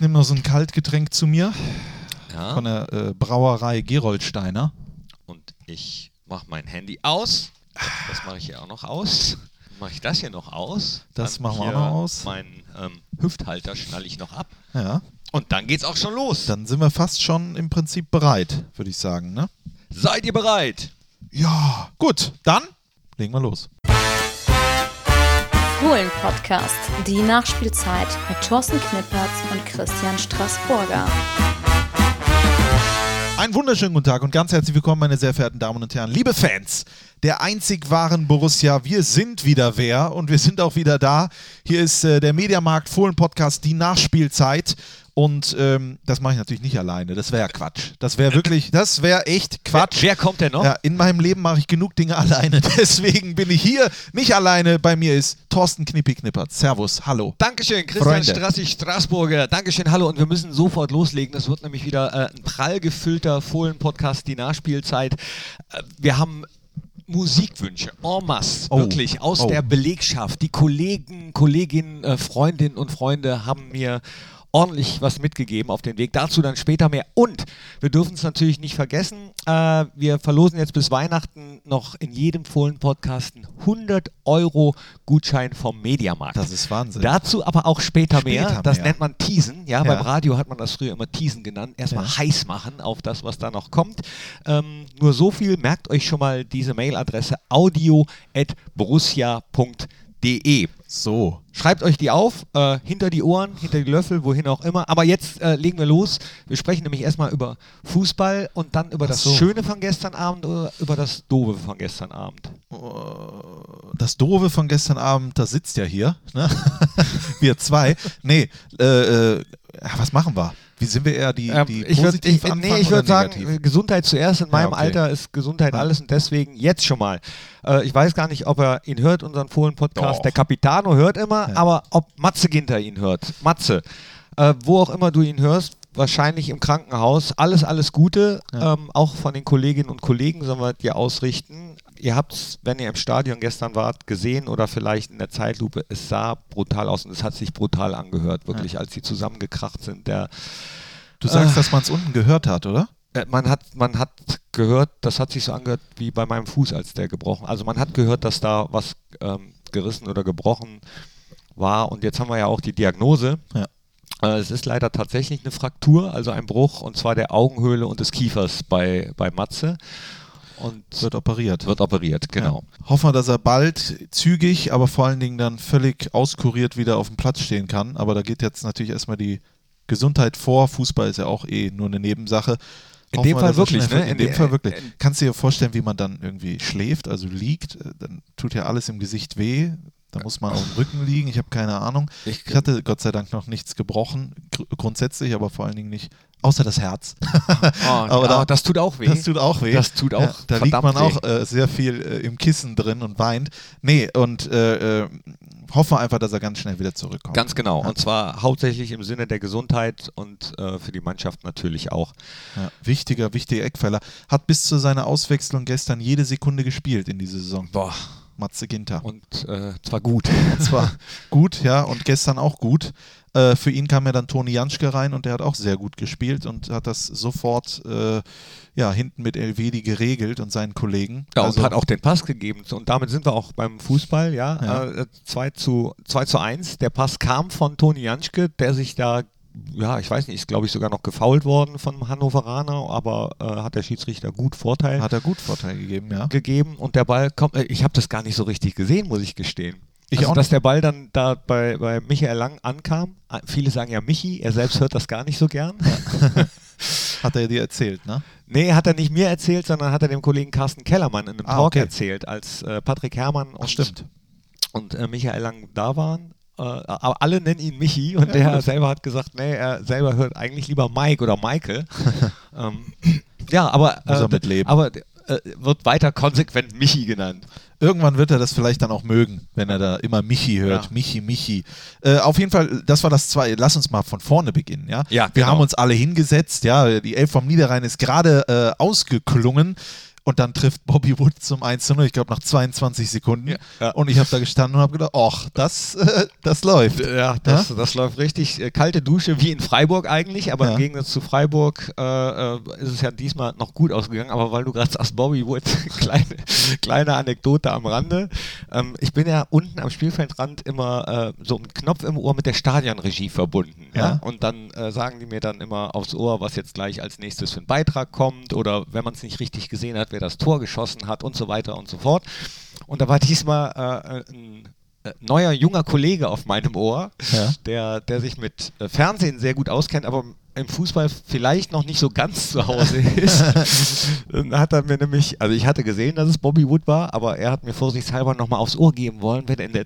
nimm noch so ein Kaltgetränk zu mir Ja. von der äh, Brauerei Geroldsteiner. Und ich mache mein Handy aus. Das mache ich hier auch noch aus. Mache ich das hier noch aus. Das Dann machen wir auch hier noch aus. Meinen ähm, Hüfthalter schnalle ich noch ab. Ja. Und dann geht's auch schon los. Dann sind wir fast schon im Prinzip bereit, würde ich sagen, ne? Seid ihr bereit? Ja. Gut, dann legen wir los. Fohlen Podcast, die Nachspielzeit mit Thorsten Knippertz und Christian Straßburger. Einen wunderschönen guten Tag und ganz herzlich willkommen, meine sehr verehrten Damen und Herren, liebe Fans der einzig wahren Borussia. Wir sind wieder wer und wir sind auch wieder da. Hier ist äh, der Mediamarkt Fohlen Podcast, die Nachspielzeit. Und ähm, das mache ich natürlich nicht alleine. Das wäre ja Quatsch. Das wäre wirklich, das wäre echt Quatsch. Wer kommt denn noch? Ja, in meinem Leben mache ich genug Dinge alleine. Deswegen bin ich hier nicht alleine. Bei mir ist Thorsten Knippi-Knippert. Servus, hallo. Dankeschön, Christian Freunde. Strassi, Straßburger. Dankeschön, hallo. Und wir müssen sofort loslegen. Das wird nämlich wieder äh, ein prall gefüllter Fohlen-Podcast, die Nachspielzeit. Äh, wir haben Musikwünsche en masse, Oh. wirklich, aus Oh. der Belegschaft. Die Kollegen, Kolleginnen, äh, Freundinnen und Freunde haben mir ordentlich was mitgegeben auf den Weg. Dazu dann später mehr. Und wir dürfen es natürlich nicht vergessen, äh, wir verlosen jetzt bis Weihnachten noch in jedem Fohlen-Podcast einen 100 Euro Gutschein vom Mediamarkt. Das ist Wahnsinn. Dazu aber auch später, Später mehr. Das mehr. nennt man Teasen. Ja. Ja, beim Radio hat man das früher immer Teasen genannt. Erstmal Ja. heiß machen auf das, was da noch kommt. Ähm, nur so viel, merkt euch schon mal diese Mailadresse audio.borussia.de. So. Schreibt euch die auf, äh, hinter die Ohren, hinter die Löffel, wohin auch immer. Aber jetzt äh, legen wir los. Wir sprechen nämlich erstmal über Fußball und dann über das so. Schöne von gestern Abend oder über das Doofe von gestern Abend. das Doofe von gestern Abend, das sitzt ja hier. Ne? wir zwei. Nee, äh, äh, ja, was machen wir? Wie sind wir eher die, Ähm, die ich würde positiv ich, nee, anfangen ich oder würd sagen, negativ? äh, Gesundheit zuerst. In meinem okay. Alter ist Gesundheit Ja. alles und deswegen jetzt schon mal. Äh, ich weiß gar nicht, ob er ihn hört, unseren Fohlen-Podcast. Doch. Der Capitano hört immer, Ja. aber ob Matze Ginter ihn hört. Matze, äh, wo auch immer du ihn hörst, wahrscheinlich im Krankenhaus. Alles, alles Gute. Ja. Ähm, auch von den Kolleginnen und Kollegen sollen wir dir ausrichten. Ihr habt es, wenn ihr im Stadion gestern wart, gesehen oder vielleicht in der Zeitlupe. Es sah brutal aus und es hat sich brutal angehört, wirklich, als sie zusammengekracht sind. Der Du sagst, dass man es unten gehört hat, oder? äh, Man hat, man hat gehört, das hat sich so angehört wie bei meinem Fuß, als der gebrochen. Also man hat gehört, dass da was ähm, gerissen oder gebrochen war. Und jetzt haben wir ja auch die Diagnose. Ja. Äh, es ist leider tatsächlich eine Fraktur, also ein Bruch, und zwar der Augenhöhle und des Kiefers bei, bei Matze. Und Wird operiert. wird operiert, genau. Ja. Hoffen wir, dass er bald zügig, aber vor allen Dingen dann völlig auskuriert wieder auf dem Platz stehen kann. Aber da geht jetzt natürlich erstmal die Gesundheit vor. Fußball ist ja auch eh nur eine Nebensache. In Hoffen dem wir, Fall dass er wirklich, schnell- ne? In, In dem der- Fall wirklich. in- Kannst du dir vorstellen, wie man dann irgendwie schläft, also liegt? Äh, Dann tut ja alles im Gesicht weh. Da muss man auf dem Rücken liegen. Ich habe keine Ahnung. Ich- Ich hatte Gott sei Dank noch nichts gebrochen, gr- grundsätzlich, aber vor allen Dingen nicht. Außer das Herz. Aber da- das tut auch weh. Das tut auch weh. Das tut auch da liegt verdammt man auch äh, sehr viel äh, im Kissen drin und weint. Nee, und äh, äh, hoffen wir einfach, dass er ganz schnell wieder zurückkommt. Ganz genau. Ja. Und zwar hauptsächlich im Sinne der Gesundheit und äh, für die Mannschaft natürlich auch. ja. Wichtiger, wichtiger Eckpfeiler. Hat bis zu seiner Auswechslung gestern jede Sekunde gespielt in dieser Saison. Boah. Matze Ginter. Und äh, zwar gut. Und zwar gut, ja, und gestern auch gut. Äh, für ihn kam ja dann Toni Janschke rein und der hat auch sehr gut gespielt und hat das sofort äh, ja, hinten mit Elvedi geregelt und seinen Kollegen. Ja, Also- und hat auch den Pass gegeben. Und damit sind wir auch beim Fußball, ja. Ja. Äh, 2 zu, 2 zu 1. Der Pass kam von Toni Janschke, der sich da, ja, ich weiß nicht, ist glaube ich sogar noch gefault worden von einem Hannoveraner, aber äh, hat der Schiedsrichter gut Vorteil hat er gut Vorteil gegeben, ja. gegeben. Und der Ball kommt, äh, ich habe das gar nicht so richtig gesehen, muss ich gestehen. Ich also, auch dass der Ball dann da bei, bei Michael Lang ankam. Ah, Viele sagen ja Michi, er selbst hört das gar nicht so gern. Hat er dir erzählt, ne? Nee, hat er nicht mir erzählt, sondern hat er dem Kollegen Carsten Kellermann in einem Ah, Talk okay. erzählt, als äh, Patrick Herrmann und, und äh, Michael Lang da waren. Äh, aber alle nennen ihn Michi und der selber hat gesagt, nee, er selber hört eigentlich lieber Mike oder Michael. ähm, ja, aber, Muss er mitleben. aber äh, wird weiter konsequent Michi genannt. Irgendwann wird er das vielleicht dann auch mögen, wenn er da immer Michi hört. Ja. Michi, Michi. Äh, auf jeden Fall, das war das zwei. Lass uns mal von vorne beginnen, ja? Ja, Wir genau. haben uns alle hingesetzt, ja. Die Elf vom Niederrhein ist gerade äh, ausgeklungen. Und dann trifft Bobby Wood zum 1 zu 0, ich glaube nach 22 Sekunden. Ja. Und ich habe da gestanden und habe gedacht, ach, das, äh, das läuft. Ja, das, das läuft richtig. Äh, Kalte Dusche wie in Freiburg eigentlich, aber Ja. im Gegensatz zu Freiburg äh, äh, ist es ja diesmal noch gut ausgegangen. Aber weil du gerade sagst, Bobby Wood, kleine, kleine Anekdote am Rande. Ähm, ich bin ja unten am Spielfeldrand immer äh, so einen Knopf im Ohr mit der Stadionregie verbunden. Ja? Ja. Und dann äh, sagen die mir dann immer aufs Ohr, was jetzt gleich als nächstes für ein Beitrag kommt oder wenn man es nicht richtig gesehen hat, wer das Tor geschossen hat und so weiter und so fort. Und da war diesmal äh, ein äh, neuer junger Kollege auf meinem Ohr, Ja. der, der sich mit äh, Fernsehen sehr gut auskennt, aber im Fußball vielleicht noch nicht so ganz zu Hause ist. Dann hat er mir nämlich, also ich hatte gesehen, dass es Bobby Wood war, aber er hat mir vorsichtshalber nochmal aufs Ohr geben wollen, wenn er in der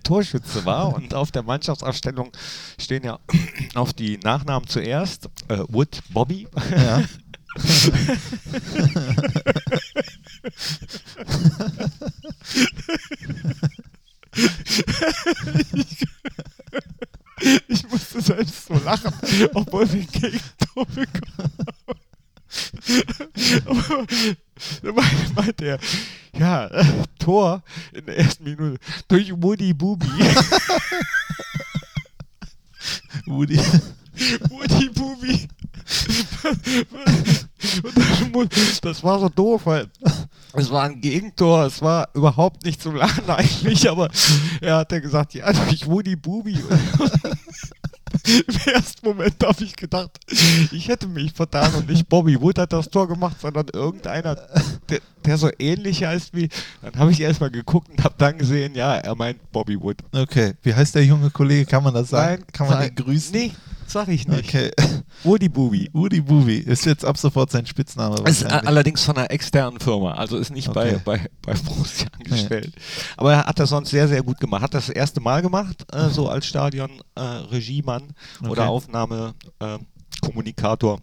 Torschütze war. Und auf der Mannschaftsaufstellung stehen ja auf die Nachnamen zuerst. Äh, Wood, Bobby. Ja. Ich musste selbst so lachen, obwohl wir ein Gegentor bekommen haben. Aber meinte, meinte er, ja, äh, Tor in der ersten Minute durch Woody Bubi. Woody. Woody Bubi. Und dann mu- das war so doof, weil es war ein Gegentor, es war überhaupt nicht zum Lachen eigentlich, aber er hat ja gesagt, ja, durch Woody Bubi. Im ersten Moment habe ich gedacht, ich hätte mich vertan und nicht Bobby Wood hat das Tor gemacht, sondern irgendeiner, der, der so ähnlich heißt wie. Dann habe ich erstmal geguckt und habe dann gesehen, ja, er meint Bobby Wood. Okay, wie heißt der junge Kollege? Kann man das sagen? Kann man ihn grüßen? Nee, sag ich nicht. Okay. Woody Bubi. Woody Bubi ist jetzt ab sofort sein Spitzname. Ist a- wahrscheinlich. allerdings von einer externen Firma, also ist nicht Okay. bei, bei, bei Borussia angestellt. Aber er hat das sonst sehr, sehr gut gemacht. Hat das, das erste Mal gemacht, äh, so als Stadion-Regiemann Okay. oder Aufnahmekommunikator.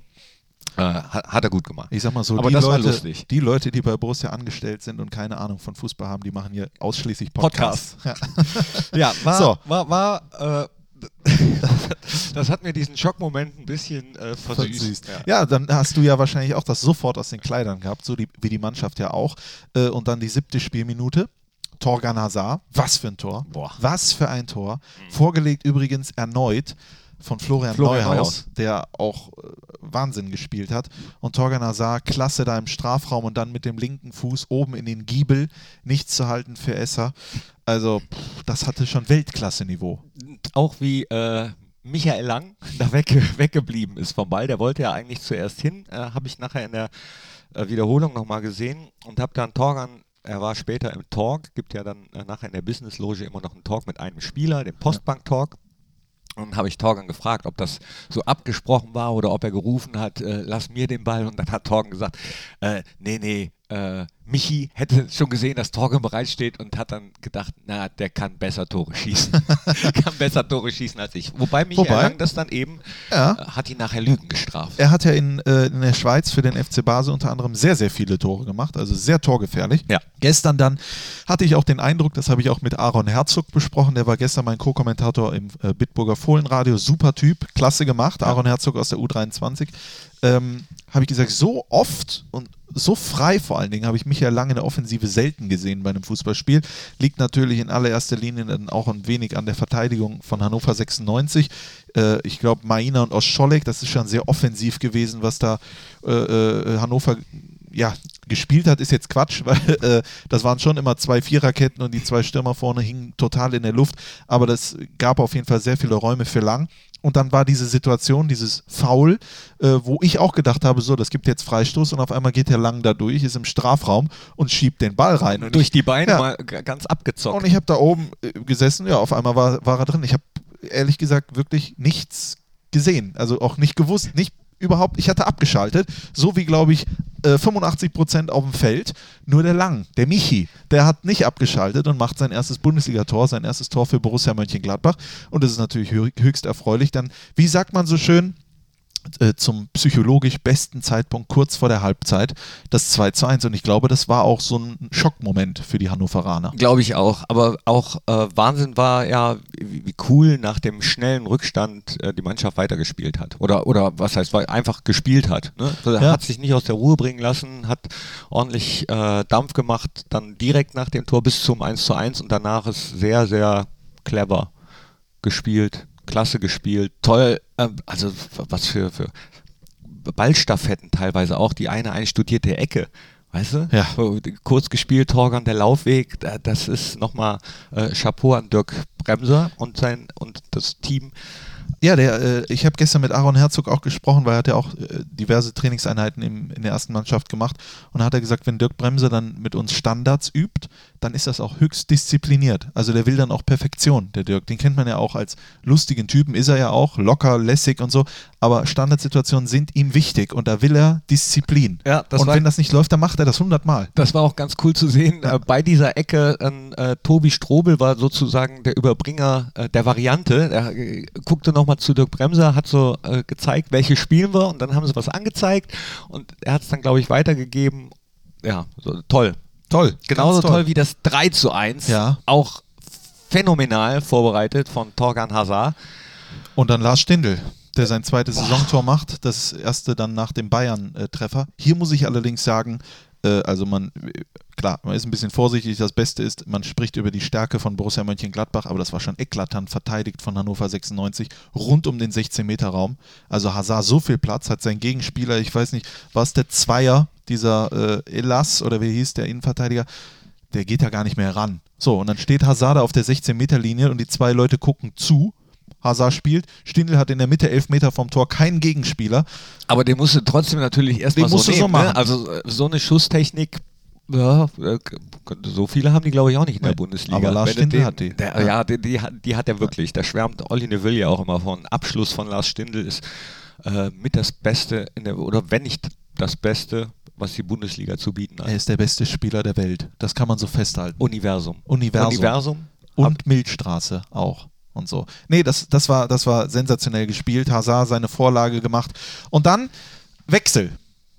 Äh, hat, hat er gut gemacht. Ich sag mal so, Aber die, das war Leute, lustig. die Leute, die bei Borussia angestellt sind und keine Ahnung von Fußball haben, die machen hier ausschließlich Podcasts. Ja, war, So. war, war äh, das hat mir diesen Schockmoment ein bisschen äh, versüßt. Versüßt. Ja. Ja. dann hast du ja wahrscheinlich auch das sofort aus den Kleidern gehabt, so die, wie die Mannschaft ja auch. Äh, Und dann die siebte Spielminute. Torgan Hazard, was für ein Tor. Boah. Was für ein Tor. Vorgelegt übrigens erneut von Florian, Florian Neuhaus, der auch äh, Wahnsinn gespielt hat. Und Torgan Hazard, klasse da im Strafraum und dann mit dem linken Fuß oben in den Giebel. Nichts zu halten für Esser. Also, pff, das hatte schon Weltklasse-Niveau. auch wie äh, Michael Lang da wegge weggeblieben ist vom Ball. Der wollte ja eigentlich zuerst hin, äh, habe ich nachher in der äh, Wiederholung nochmal gesehen und habe dann Torgan, er war später im Talk, gibt ja dann äh, nachher in der Business-Loge immer noch einen Talk mit einem Spieler, dem Postbank-Talk. Und habe ich Torgan gefragt, ob das so abgesprochen war oder ob er gerufen hat, äh, lass mir den Ball. Und dann hat Torgan gesagt, äh, nee, nee, äh, Michi hätte schon gesehen, dass Torgan bereitsteht und hat dann gedacht, na, der kann besser Tore schießen. kann besser Tore schießen als ich. Wobei Michi Wobei- Lang das dann eben, Ja. äh, hat ihn nachher Lügen gestraft. Er hat ja in, äh, in der Schweiz für den FC Basel unter anderem sehr, sehr viele Tore gemacht, also sehr torgefährlich. Ja. Gestern dann hatte ich auch den Eindruck, das habe ich auch mit Aaron Herzog besprochen, der war gestern mein Co-Kommentator im äh, Bitburger Fohlenradio, super Typ, klasse gemacht, Aaron Herzog aus der U23. Ähm, habe ich gesagt, so oft und so frei vor allen Dingen habe ich Michael Lang in der Offensive selten gesehen bei einem Fußballspiel. Liegt natürlich in allererster Linie dann auch ein wenig an der Verteidigung von Hannover 96. Äh, ich glaube, Maina und Oscholek, das ist schon sehr offensiv gewesen, was da äh, äh, Hannover ja, gespielt hat, ist jetzt Quatsch, weil äh, das waren schon immer zwei Viererketten und die zwei Stürmer vorne hingen total in der Luft. Aber das gab auf jeden Fall sehr viele Räume für Lang. Und dann war diese Situation, dieses Foul, äh, wo ich auch gedacht habe, so, das gibt jetzt Freistoß und auf einmal geht der Lang da durch, ist im Strafraum und schiebt den Ball rein. Und Durch die Beine Ja. mal g- ganz abgezockt. und ich habe da oben äh, gesessen, ja, auf einmal war, war er drin. Ich habe ehrlich gesagt wirklich nichts gesehen, also auch nicht gewusst, nicht überhaupt, ich hatte abgeschaltet, so wie glaube ich äh, 85% auf dem Feld, nur der Lang, der Michi, der hat nicht abgeschaltet und macht sein erstes Bundesliga-Tor, sein erstes Tor für Borussia Mönchengladbach und das ist natürlich hö- höchst erfreulich, dann, wie sagt man so schön, äh, zum psychologisch besten Zeitpunkt kurz vor der Halbzeit das 2 zu 1. Und ich glaube, das war auch so ein Schockmoment für die Hannoveraner. Glaube ich auch. Aber auch äh, Wahnsinn war ja, wie, wie cool nach dem schnellen Rückstand äh, die Mannschaft weitergespielt hat. Oder, oder was heißt, weil einfach gespielt hat. Ne? Also, Ja. Hat sich nicht aus der Ruhe bringen lassen, hat ordentlich äh, Dampf gemacht, dann direkt nach dem Tor bis zum 1 zu 1 und danach ist sehr, sehr clever gespielt, klasse gespielt, toll. Ähm, also was für, für Ballstaffetten teilweise auch, die eine einstudierte Ecke. Weißt du? Ja. So, Kurz gespielt, Torgan, der Laufweg, da- das ist nochmal äh, Chapeau an Dirk Bremser und sein und das Team. Ja, der, äh, ich habe gestern mit Aaron Herzog auch gesprochen, weil er hat ja auch äh, diverse Trainingseinheiten im, in der ersten Mannschaft gemacht. Und hat er gesagt, wenn Dirk Bremse dann mit uns Standards übt, dann ist das auch höchst diszipliniert. Also der will dann auch Perfektion, der Dirk. Den kennt man ja auch als lustigen Typen, ist er ja auch, locker, lässig und so. Aber Standardsituationen sind ihm wichtig und da will er Disziplin. Ja, das und war- wenn das nicht läuft, dann macht er das hundertmal. Das war auch ganz cool zu sehen. Äh, bei dieser Ecke, ähm, äh, Tobi Strobel war sozusagen der Überbringer äh, der Variante. Er äh, guckte nochmal zu Dirk Bremser, hat so äh, gezeigt, welche spielen wir und dann haben sie was angezeigt und er hat es dann, glaube ich, weitergegeben. Ja, so, toll. Toll. Genauso toll. wie das 3 zu 1. Ja. Auch phänomenal vorbereitet von Torgan Hazard. Und dann Lars Stindl, der sein zweites Saisontor macht, das erste dann nach dem Bayern-Treffer. Hier muss ich allerdings sagen, äh, also man, klar, man ist ein bisschen vorsichtig, das Beste ist, man spricht über die Stärke von Borussia Mönchengladbach, aber das war schon eklatant verteidigt von Hannover 96, rund um den 16-Meter-Raum. Also Hazard so viel Platz, hat sein Gegenspieler, ich weiß nicht, war es der Zweier, dieser äh, Elas oder wie hieß der Innenverteidiger, der geht ja gar nicht mehr ran. So, und dann steht Hazard da auf der 16-Meter-Linie und die zwei Leute gucken zu. Hazard spielt, Stindl hat in der Mitte 11 Meter vom Tor keinen Gegenspieler. Aber den musst du trotzdem natürlich erstmal Den so musst du nehmen. so machen. Ne? Also äh, so eine Schusstechnik, ja, äh, so viele haben die glaube ich auch nicht in der Nee, Bundesliga. aber Lars Wenn Stindl du den- hat die. Der, ja, die, die, hat- die hat er wirklich. Da schwärmt Olli Neville ja auch immer von. Abschluss von Lars Stindl ist äh, mit das Beste, in der, oder wenn nicht das Beste, was die Bundesliga zu bieten hat. Er ist der beste Spieler der Welt. Das kann man so festhalten. Universum. Universum. Universum. Und Milchstraße auch und so. Nee, das, das, war, das war sensationell gespielt. Hazard seine Vorlage gemacht. Und dann Wechsel.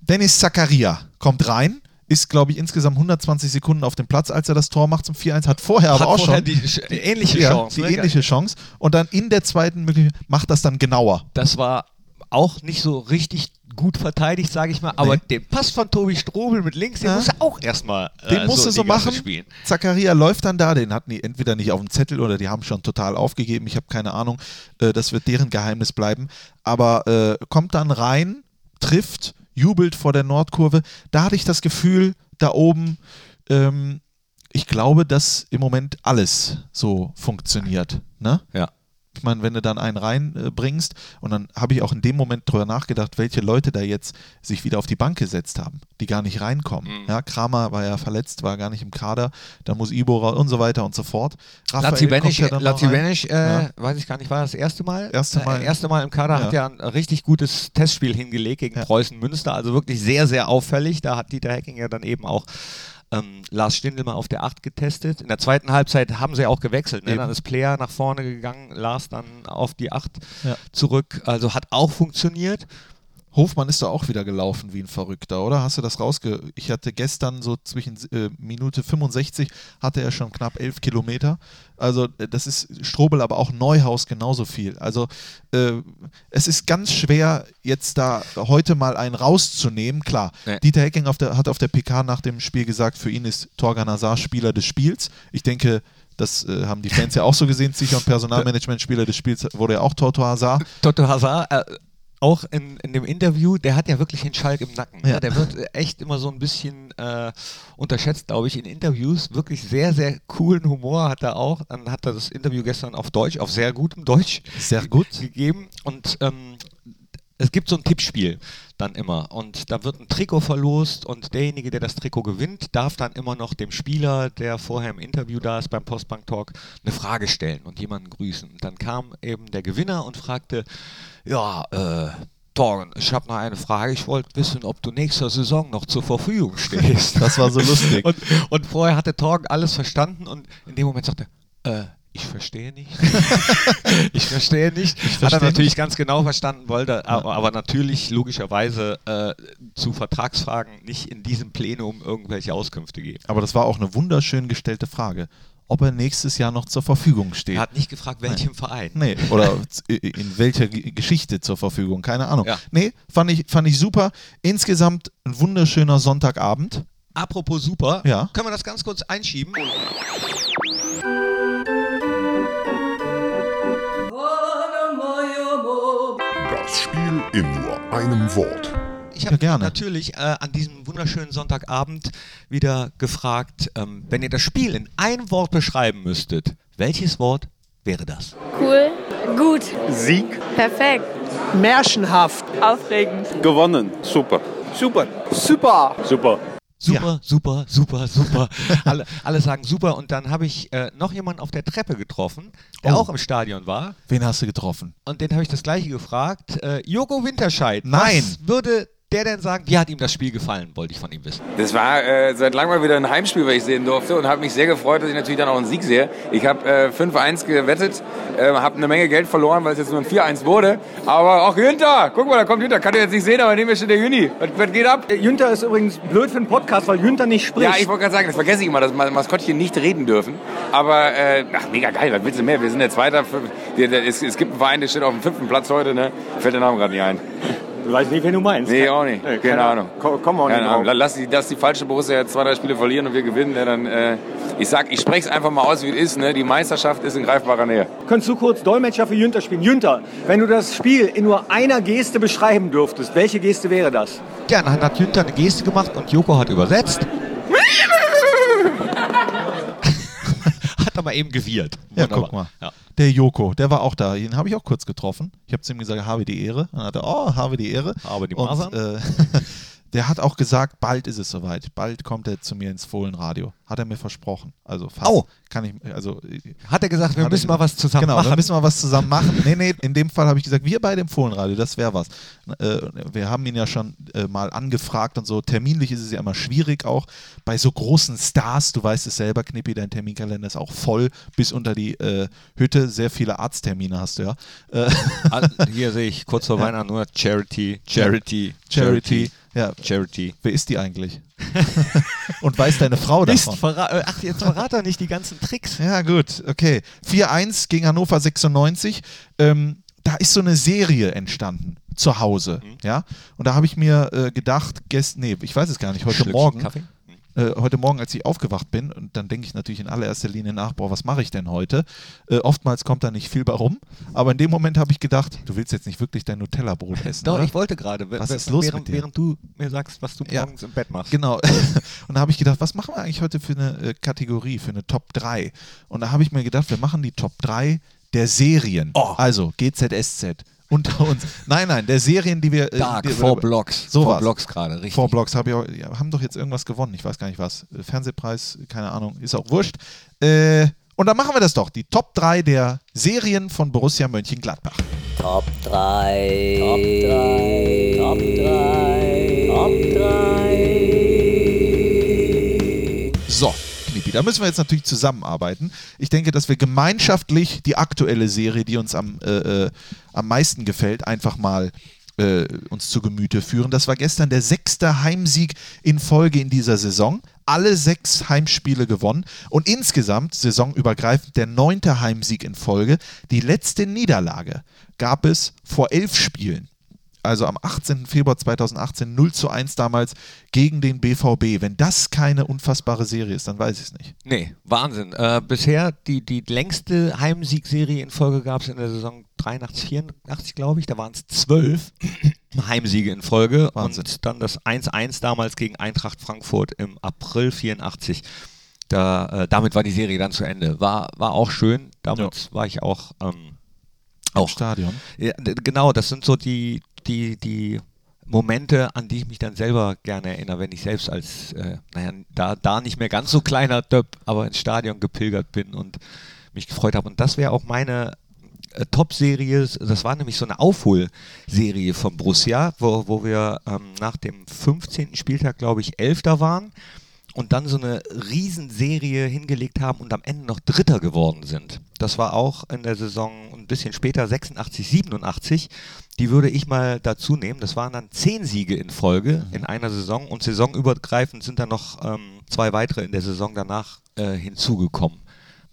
Dennis Zakaria kommt rein, ist, glaube ich, insgesamt 120 Sekunden auf dem Platz, als er das Tor macht zum 4-1. Hat vorher aber Hat auch vorher schon die, sch- ähnliche ja, Chance. die ne? ähnliche Chance. Und dann in der zweiten Möglichkeit macht das dann genauer. Das war auch nicht so richtig gut verteidigt, sage ich mal. Aber Nee. den Pass von Tobi Strobel mit links, den Ja. muss er auch erstmal äh, Den musst so du in so die Gasse machen. Spielen. Zakaria läuft dann da, den hatten die entweder nicht auf dem Zettel oder die haben schon total aufgegeben. Ich habe keine Ahnung. Äh, das wird deren Geheimnis bleiben. Aber äh, kommt dann rein, trifft, jubelt vor der Nordkurve. Da hatte ich das Gefühl, da oben, ähm, ich glaube, dass im Moment alles so funktioniert. Ne? Ja. Ich meine, wenn du dann einen reinbringst, äh, und dann habe ich auch in dem Moment drüber nachgedacht, welche Leute da jetzt sich wieder auf die Bank gesetzt haben, die gar nicht reinkommen. Ja, Kramer war ja verletzt, war gar nicht im Kader, dann muss Ibora und so weiter und so fort. Lazibenisch, kommt ja dann noch rein. Lazibenisch äh, Ja. weiß ich gar nicht, war das erste Mal? Erste Mal. Äh, erste Mal im Kader Ja. hat er ein richtig gutes Testspiel hingelegt gegen Ja. Preußen Münster, also wirklich sehr, sehr auffällig. Da hat Dieter Hecking ja dann eben auch ähm, Lars Stindl mal auf der 8 getestet. In der zweiten Halbzeit haben sie auch gewechselt. Ne? Eben. Dann ist Player nach vorne gegangen, Lars dann auf die 8 Ja. zurück. Also hat auch funktioniert. Hofmann ist da auch wieder gelaufen wie ein Verrückter, oder? Hast du das rausge... Ich hatte gestern so zwischen äh, Minute 65 hatte er schon knapp 11 Kilometer. Also äh, das ist Strobel, aber auch Neuhaus genauso viel. Also äh, es ist ganz schwer, jetzt da heute mal einen rauszunehmen. Klar, Nee. Dieter Hecking auf der, hat auf der PK nach dem Spiel gesagt, für ihn ist Torgan Hazard Spieler des Spiels. Ich denke... Das äh, haben die Fans ja auch so gesehen. Sicher und Personalmanagement-Spieler des Spiels wurde ja auch Torto Hazard. Toto Hazard, äh, auch in, in dem Interview, der hat ja wirklich den Schalk im Nacken. Ja. Ja. Der wird äh, echt immer so ein bisschen äh, unterschätzt, glaube ich, in Interviews. Wirklich sehr, sehr coolen Humor hat er auch. Dann hat er das Interview gestern auf Deutsch, auf sehr gutem Deutsch Sehr gut. gegeben. Und ähm, es gibt so ein Tippspiel dann immer. Und da wird ein Trikot verlost und derjenige, der das Trikot gewinnt, darf dann immer noch dem Spieler, der vorher im Interview da ist beim Postbank Talk, eine Frage stellen und jemanden grüßen. Und dann kam eben der Gewinner und fragte, ja, äh, Torgen, ich habe noch eine Frage. Ich wollte wissen, ob du nächste Saison noch zur Verfügung stehst. Das war so lustig. Und, und vorher hatte Torg alles verstanden und in dem Moment sagte er, äh, Ich verstehe nicht. ich verstehe nicht. Hat verstehe er natürlich ganz genau verstanden, wollte aber, aber natürlich logischerweise äh, zu Vertragsfragen nicht in diesem Plenum irgendwelche Auskünfte geben. Aber das war auch eine wunderschön gestellte Frage, ob er nächstes Jahr noch zur Verfügung steht. Er hat nicht gefragt, welchem Verein. Nee, oder z- in welcher G- Geschichte zur Verfügung, keine Ahnung. Ja. Nee, fand ich, fand ich super. Insgesamt ein wunderschöner Sonntagabend. Apropos super, Ja. können wir das ganz kurz einschieben? Das Spiel in nur einem Wort. Ich Ja, habe gerne. natürlich äh, an diesem wunderschönen Sonntagabend wieder gefragt, ähm, wenn ihr das Spiel in ein Wort beschreiben müsstet, welches Wort wäre das? Cool. Gut. Sieg, Perfekt. märchenhaft. Aufregend. gewonnen. Super. Super. Super. Super. Super, super, super, super. alle, alle sagen super. Und dann habe ich äh, noch jemanden auf der Treppe getroffen, der Oh. auch im Stadion war. Wen hast du getroffen? Und den habe ich das gleiche gefragt. Äh, Jogo Winterscheid. Nein. Was würde der denn sagen? Wie hat ihm das Spiel gefallen, wollte ich von ihm wissen. Das war äh, seit langem mal wieder ein Heimspiel, was ich sehen durfte und habe mich sehr gefreut, dass ich natürlich dann auch einen Sieg sehe. Ich habe äh, 5-1 gewettet, äh, habe eine Menge Geld verloren, weil es jetzt nur ein 4-1 wurde. Aber auch Günther, guck mal, da kommt Günther, kann ich jetzt nicht sehen, aber neben mir steht der Juni. Was, was geht ab? Jünter Äh, ist übrigens blöd für einen Podcast, weil Jünter nicht spricht. Ja, ich wollte gerade sagen, das vergesse ich immer, dass Ma- Maskottchen nicht reden dürfen. Aber, äh, ach, mega geil, was willst du mehr? Wir sind der Zweiter. fünf- der- der- Es, es gibt einen Verein, der steht auf dem fünften Platz heute, ne? Fällt der Name gerade nicht ein. Du weißt nicht, wen du meinst. Nee, auch nicht. Äh, Keine Ahnung. Ko- Kommen wir auch nicht Keine Ahnung. drauf. Lass die, dass die falsche Borussia jetzt zwei, drei Spiele verlieren und wir gewinnen, ja, dann, äh, ich sag, ich spreche es einfach mal aus, wie es ist. Ne? Die Meisterschaft ist in greifbarer Nähe. Könntest du kurz Dolmetscher für Jünter spielen? Jünter, wenn du das Spiel in nur einer Geste beschreiben dürftest, welche Geste wäre das? Ja, dann hat Jünter eine Geste gemacht und Joko hat übersetzt. hat aber eben gewirrt. Ja, Wunderbar. guck mal. Ja. Der Joko, der war auch da. Den habe ich auch kurz getroffen. Ich habe zu ihm gesagt, habe die Ehre. Dann hat er, oh, habe die Ehre. Habe die Und, Masern. äh, der hat auch gesagt, bald ist es soweit. Bald kommt er zu mir ins Fohlenradio. Hat er mir versprochen. Also fast. Au. Kann ich, also Hat er gesagt, wir Hat er müssen mal gesagt. was zusammen genau, machen. wir müssen mal was zusammen machen. Nee, nee, in dem Fall habe ich gesagt, wir beide im Fohlenradio, das wäre was. Äh, wir haben ihn ja schon äh, mal angefragt und so. Terminlich ist es ja immer schwierig, auch bei so großen Stars. Du weißt es selber, Knippi, dein Terminkalender ist auch voll bis unter die äh, Hütte. Sehr viele Arzttermine hast du ja. Äh, Ah, Hier sehe ich kurz vor Weihnachten nur Charity, Charity, Charity. Charity, Ja. Charity. Wer ist die eigentlich? und weiß deine Frau davon? äh, ach, jetzt verrat er nicht die ganzen Tricks. Ja, gut, okay. 4-1 gegen Hannover 96. Ähm, da ist so eine Serie entstanden zu Hause. Mhm. Ja? Und da habe ich mir äh, gedacht, gest nee, ich weiß es gar nicht, heute Schlückchen Morgen. Kaffee? Äh, heute Morgen, als ich aufgewacht bin, und dann denke ich natürlich in allererster Linie nach, boah, was mache ich denn heute? Äh, oftmals kommt da nicht viel bei rum, aber in dem Moment habe ich gedacht, du willst jetzt nicht wirklich dein Nutella-Brot essen. Doch, oder? ich wollte gerade. Was w- ist los während, mit dir? während du mir sagst, was du Ja. morgens im Bett machst. Genau. Und da habe ich gedacht, was machen wir eigentlich heute für eine äh, Kategorie, für eine Top 3? Und da habe ich mir gedacht, wir machen die Top 3 der Serien. Oh. Also GZSZ unter uns. Nein, nein, der Serien, die wir. äh, Dark, die, vor Blocks. So vor was. Blocks gerade, richtig. Vor Blocks hab ich auch, ja, haben doch jetzt irgendwas gewonnen. Ich weiß gar nicht was. Äh, Fernsehpreis, keine Ahnung, ist auch wurscht. Äh, und dann machen wir das doch. Die Top 3 der Serien von Borussia Mönchengladbach. Top 3. Top 3. Top 3. Top 3. So, Knippi, da müssen wir jetzt natürlich zusammenarbeiten. Ich denke, dass wir gemeinschaftlich die aktuelle Serie, die uns am, äh, äh, am meisten gefällt, einfach mal äh, uns zu Gemüte führen. Das war gestern der sechste Heimsieg in Folge in dieser Saison. Alle sechs Heimspiele gewonnen und insgesamt saisonübergreifend der neunte Heimsieg in Folge. Die letzte Niederlage gab es vor elf Spielen also am 18. Februar 2018 0 zu 1 damals gegen den BVB. Wenn das keine unfassbare Serie ist, dann weiß ich es nicht. Nee, Wahnsinn. Äh, bisher die, die längste Heimsiegserie in Folge gab es in der Saison 83, 84, glaube ich. Da waren es zwölf Heimsiege in Folge. Wahnsinn. Und dann das 1-1 damals gegen Eintracht Frankfurt im April 84. Da, äh, damit war die Serie dann zu Ende. War, war auch schön. Damals war ich auch, ähm, auch Stadion. ja, d- genau, das sind so die, die, die Momente, an die ich mich dann selber gerne erinnere, wenn ich selbst als, äh, naja, da, da nicht mehr ganz so kleiner Döpp, aber ins Stadion gepilgert bin und mich gefreut habe. Und das wäre auch meine äh, Top-Serie, das war nämlich so eine Aufholserie von Borussia, wo, wo wir ähm, nach dem 15. Spieltag, glaube ich, Elfter waren und dann so eine Riesenserie hingelegt haben und am Ende noch Dritter geworden sind. Das war auch in der Saison ein bisschen später, 86, 87. Die würde ich mal dazu nehmen. Das waren dann zehn Siege in Folge Mhm. in einer Saison und saisonübergreifend sind dann noch ähm, zwei weitere in der Saison danach äh, hinzugekommen.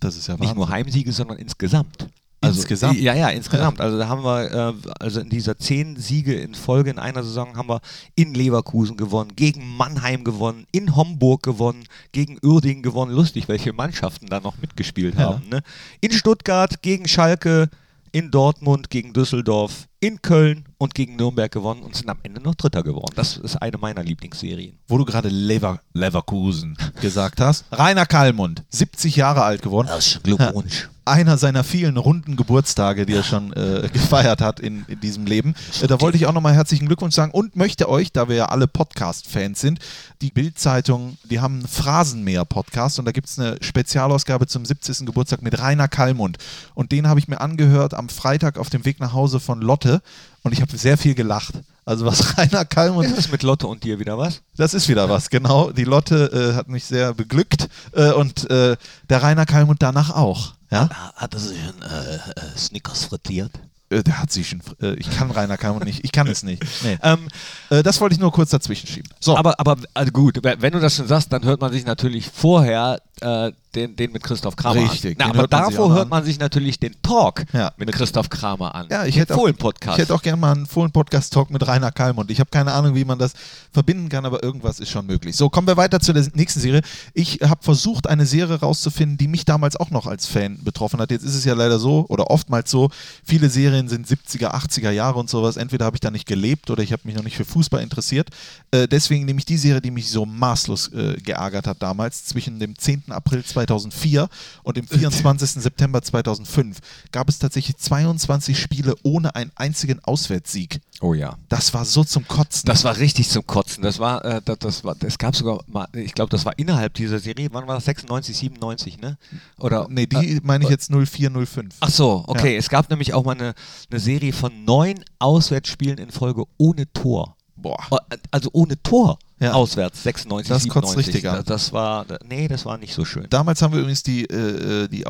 Das ist ja Nicht nur Heimsiege, sondern insgesamt. Insgesamt? Also Ja, ja, insgesamt. Also da haben wir, äh, also in dieser zehn Siege in Folge in einer Saison haben wir in Leverkusen gewonnen, gegen Mannheim gewonnen, in Homburg gewonnen, gegen Uerdingen gewonnen. Lustig, welche Mannschaften da noch mitgespielt haben. Ne? In Stuttgart gegen Schalke, in Dortmund gegen Düsseldorf, in Köln und gegen Nürnberg gewonnen und sind am Ende noch Dritter geworden. Das ist eine meiner Lieblingsserien. Wo du gerade Lever Leverkusen gesagt hast. Rainer Kallmund, 70 Jahre alt geworden. Glückwunsch. einer seiner vielen runden Geburtstage, die er schon äh, gefeiert hat in, in diesem Leben. Äh, da wollte ich auch nochmal herzlichen Glückwunsch sagen und möchte euch, da wir ja alle Podcast-Fans sind, die Bild-Zeitung, die haben einen Phrasenmäher-Podcast und da gibt es eine Spezialausgabe zum 70. Geburtstag mit Rainer Kallmund. Und den habe ich mir angehört am Freitag auf dem Weg nach Hause von Lotte und ich habe sehr viel gelacht. Also was Rainer Kallmund Ist das mit Lotte und dir wieder was? das ist wieder was, genau. Die Lotte äh, hat mich sehr beglückt äh, und äh, der Rainer Kalmund danach auch. Ja? Ah, Hat er sich einen Snickers frittiert? Äh, der hat sich schon. Äh, ich kann Rainer Kalmund nicht. Ich kann es nicht. Nee. Ähm, Äh, das wollte ich nur kurz dazwischen schieben. So. Aber, aber also gut, we- wenn du das schon sagst, dann hört man sich natürlich vorher äh, den, den mit Christoph Kramer Richtig, an. den Na, aber hört man sich auch davor an. hört man sich natürlich den Talk Ja, mit, mit- Christoph Kramer an. Ja, ich Den hätte, auch, Fohlen-Podcast. ich hätte auch gerne mal einen Fohlen-Podcast-Talk mit Rainer Kalmund. Ich habe keine Ahnung, wie man das verbinden kann, aber irgendwas ist schon möglich. So, kommen wir weiter zu der nächsten Serie. Ich habe versucht, eine Serie rauszufinden, die mich damals auch noch als Fan betroffen hat. Jetzt ist es ja leider so oder oftmals so, viele Serien sind 70er, 80er Jahre und sowas. Entweder habe ich da nicht gelebt oder ich habe mich noch nicht für Fußball interessiert. Äh, deswegen nehme ich die Serie, die mich so maßlos äh, geärgert hat damals, zwischen dem 10. April 2004 und Äh, dem 24. September 2005, gab es tatsächlich 22 Spiele ohne einen einzigen Auswärtssieg. oh ja. Das war so zum Kotzen. Das war richtig zum Kotzen. Das war, äh, das, das war, es gab sogar mal, ich glaube, das war innerhalb dieser Serie, wann war das? 96, 97, ne? Oder äh, nee, die meine ich jetzt 0405. Ach so, okay. Es gab nämlich auch mal eine, eine Serie von neun Auswärtsspielen in Folge ohne Tor. Boah. O- Also ohne Tor Ja. auswärts, 96, Das kotzt 97. richtig an. ne? Da- Das war, nee, das war nicht so schön. Damals haben wir übrigens die, äh, äh, die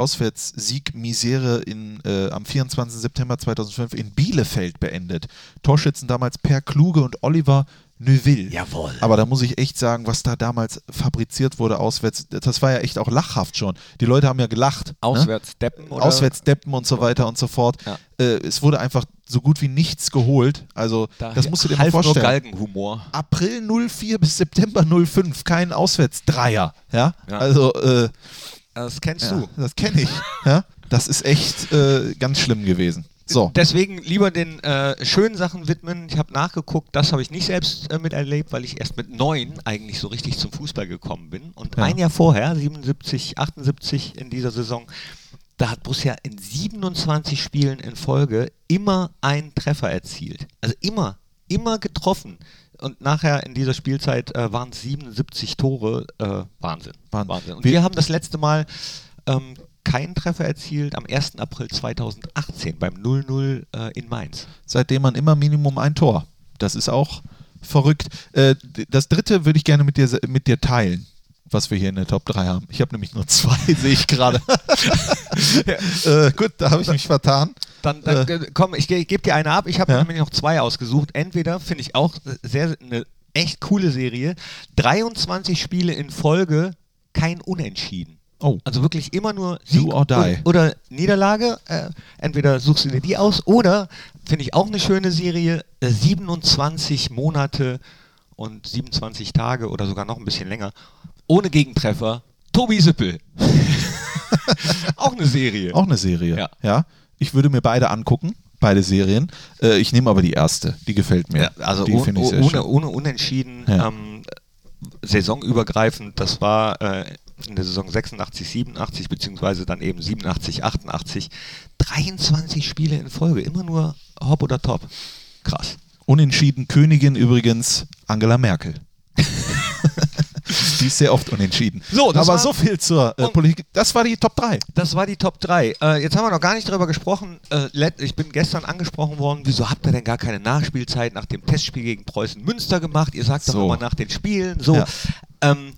Auswärtssieg-Misere in, äh, am 24. September 2005 in Bielefeld beendet. Torschützen damals Per Kluge und Oliver Neuville. Jawohl. Aber da muss ich echt sagen, was da damals fabriziert wurde auswärts, das war ja echt auch lachhaft schon. Die Leute haben ja gelacht. Ne? Auswärtsdeppen oder? Auswärtsdeppen und so weiter und so fort. Ja. Äh, es wurde einfach so gut wie nichts geholt. Also Da das musst du dir mal half vorstellen. nur Galgenhumor. April 04 bis September 05 kein Auswärtsdreier. Ja? Ja. Also äh, Das kennst ja, du. das kenne ich. Ja? Das ist echt äh, ganz schlimm gewesen. So. Deswegen lieber den äh, schönen Sachen widmen. Ich habe nachgeguckt, das habe ich nicht selbst äh, miterlebt, weil ich erst mit neun eigentlich so richtig zum Fußball gekommen bin. Und Ja. ein Jahr vorher, 77, 78 in dieser Saison, da hat Borussia in 27 Spielen in Folge immer einen Treffer erzielt. Also immer, immer getroffen. Und nachher in dieser Spielzeit äh, waren es 77 Tore. Äh, Wahnsinn. Wahnsinn. Wahnsinn. Und Wir- wir, haben das letzte Mal ähm, keinen Treffer erzielt am 1. April 2018 beim 0-0 äh, in Mainz. seitdem man immer Minimum ein Tor. Das ist auch verrückt. Äh, d- das dritte würde ich gerne mit dir, mit dir teilen, was wir hier in der Top 3 haben. Ich habe nämlich nur zwei, sehe ich gerade. äh, gut, da habe ich mich vertan. Dann, dann Äh. äh, komm, ich, ge- ich gebe dir eine ab. Ich habe Ja. nämlich noch zwei ausgesucht. Entweder finde ich auch äh, sehr eine echt coole Serie. 23 Spiele in Folge, kein Unentschieden. Oh. Also wirklich immer nur Sieg or die. Oder, oder Niederlage. Äh, entweder suchst du dir die aus oder finde ich auch eine schöne Serie. Äh, 27 Monate und 27 Tage oder sogar noch ein bisschen länger ohne Gegentreffer. Tobi Sippel. auch eine Serie. Auch eine Serie. Ja. Ich würde mir beide angucken, beide Serien. Äh, ich nehme aber die erste, die gefällt mir. Ja, also die oh- finde ich oh- sehr ohne, schön. ohne Unentschieden, Ja. ähm, saisonübergreifend, das war äh, in der Saison 86, 87, beziehungsweise dann eben 87, 88, 23 Spiele in Folge, immer nur Hop oder Top. Krass. Unentschieden Königin übrigens Angela Merkel. die ist sehr oft unentschieden. So, das aber war- so viel zur äh, Und- Politik. Das war die Top 3. Das war die Top 3. Äh, jetzt haben wir noch gar nicht darüber gesprochen. Äh, let- ich bin gestern angesprochen worden, wieso habt ihr denn gar keine Nachspielzeit nach dem Testspiel gegen Preußen Münster gemacht? Ihr sagt doch So. immer nach den Spielen. So. Ja. Ähm,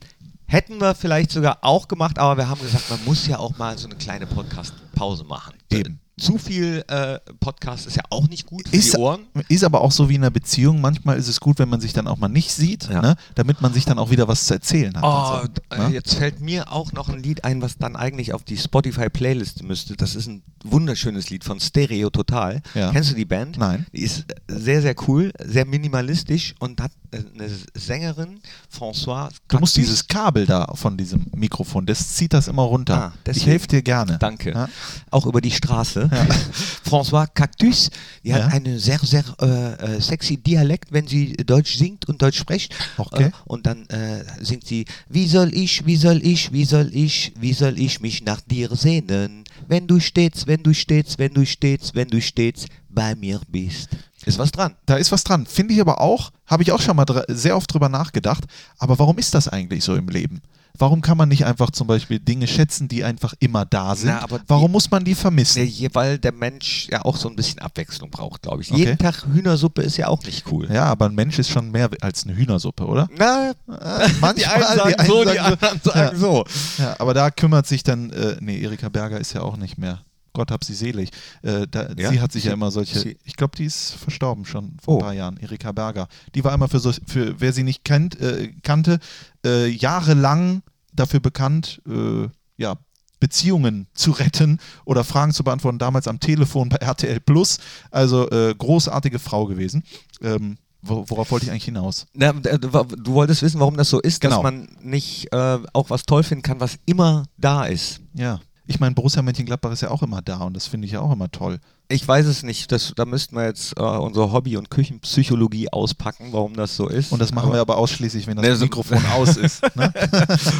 Hätten wir vielleicht sogar auch gemacht, aber wir haben gesagt, man muss ja auch mal so eine kleine Podcast-Pause machen. Eben. Zu viel äh, Podcast ist ja auch nicht gut für Ist, die Ohren. ist aber auch so wie in einer Beziehung. Manchmal ist es gut, wenn man sich dann auch mal nicht sieht, Ja. ne? damit man sich dann auch wieder was zu erzählen hat. und Oh, so, d- äh, ne? jetzt fällt mir auch noch ein Lied ein, was dann eigentlich auf die Spotify-Playlist müsste. Das ist ein wunderschönes Lied von Stereo Total. Ja. Kennst du die Band? Nein. Die ist äh, sehr, sehr cool, sehr minimalistisch und hat äh, eine Sängerin, Françoise. Du musst Cactus. dieses Kabel da von diesem Mikrofon, das zieht das immer runter. Ah, deswegen. ich helfe dir gerne. Danke. Ja? Auch über die Straße. François Cactus, die Ja. hat einen sehr, sehr äh, äh, sexy Dialekt, wenn sie Deutsch singt und Deutsch spricht. Okay. Äh, und dann äh, singt sie, wie soll ich, wie soll ich, wie soll ich, wie soll ich mich nach dir sehnen, wenn du stets, wenn du stets, wenn du stets, wenn du stets bei mir bist. Ist was dran. Da ist was dran. Finde ich aber auch, habe ich auch schon mal dr- sehr oft drüber nachgedacht, aber warum ist das eigentlich so im Leben? Warum kann man nicht einfach zum Beispiel Dinge schätzen, die einfach immer da sind? Na, aber warum die- muss man die vermissen? Ja, weil der Mensch ja auch so ein bisschen Abwechslung braucht, glaube ich. Okay. Jeden Tag Hühnersuppe ist ja auch nicht cool. Ja, aber ein Mensch ist schon mehr als eine Hühnersuppe, oder? Na, die einen sagen die einen so, sagen die so. anderen sagen Ja. so. Ja, aber da kümmert sich dann, äh, nee, Erika Berger ist ja auch nicht mehr. Gott hab sie selig. Äh, da, Ja, sie hat sich ja sie- immer solche, sie- ich glaube, die ist verstorben schon vor Oh. ein paar Jahren, Erika Berger. Die war immer für, so, für wer sie nicht kennt, äh, kannte, äh, jahrelang dafür bekannt, äh, ja, Beziehungen zu retten oder Fragen zu beantworten, damals am Telefon bei RTL Plus. Also äh, großartige Frau gewesen. Ähm, wo, worauf wollte ich eigentlich hinaus? Na, d- d- wa- du wolltest wissen, warum das so ist, Genau. dass man nicht äh, auch was toll finden kann, was immer da ist. Ja. Ich meine, Borussia Mönchengladbach ist ja auch immer da und das finde ich ja auch immer toll. Ich weiß es nicht, das, da müssten wir jetzt äh, unsere Hobby- und Küchenpsychologie auspacken, warum das so ist. Und das machen wir aber ausschließlich, wenn das Nee, also so- Mikrofon aus ist. Ne?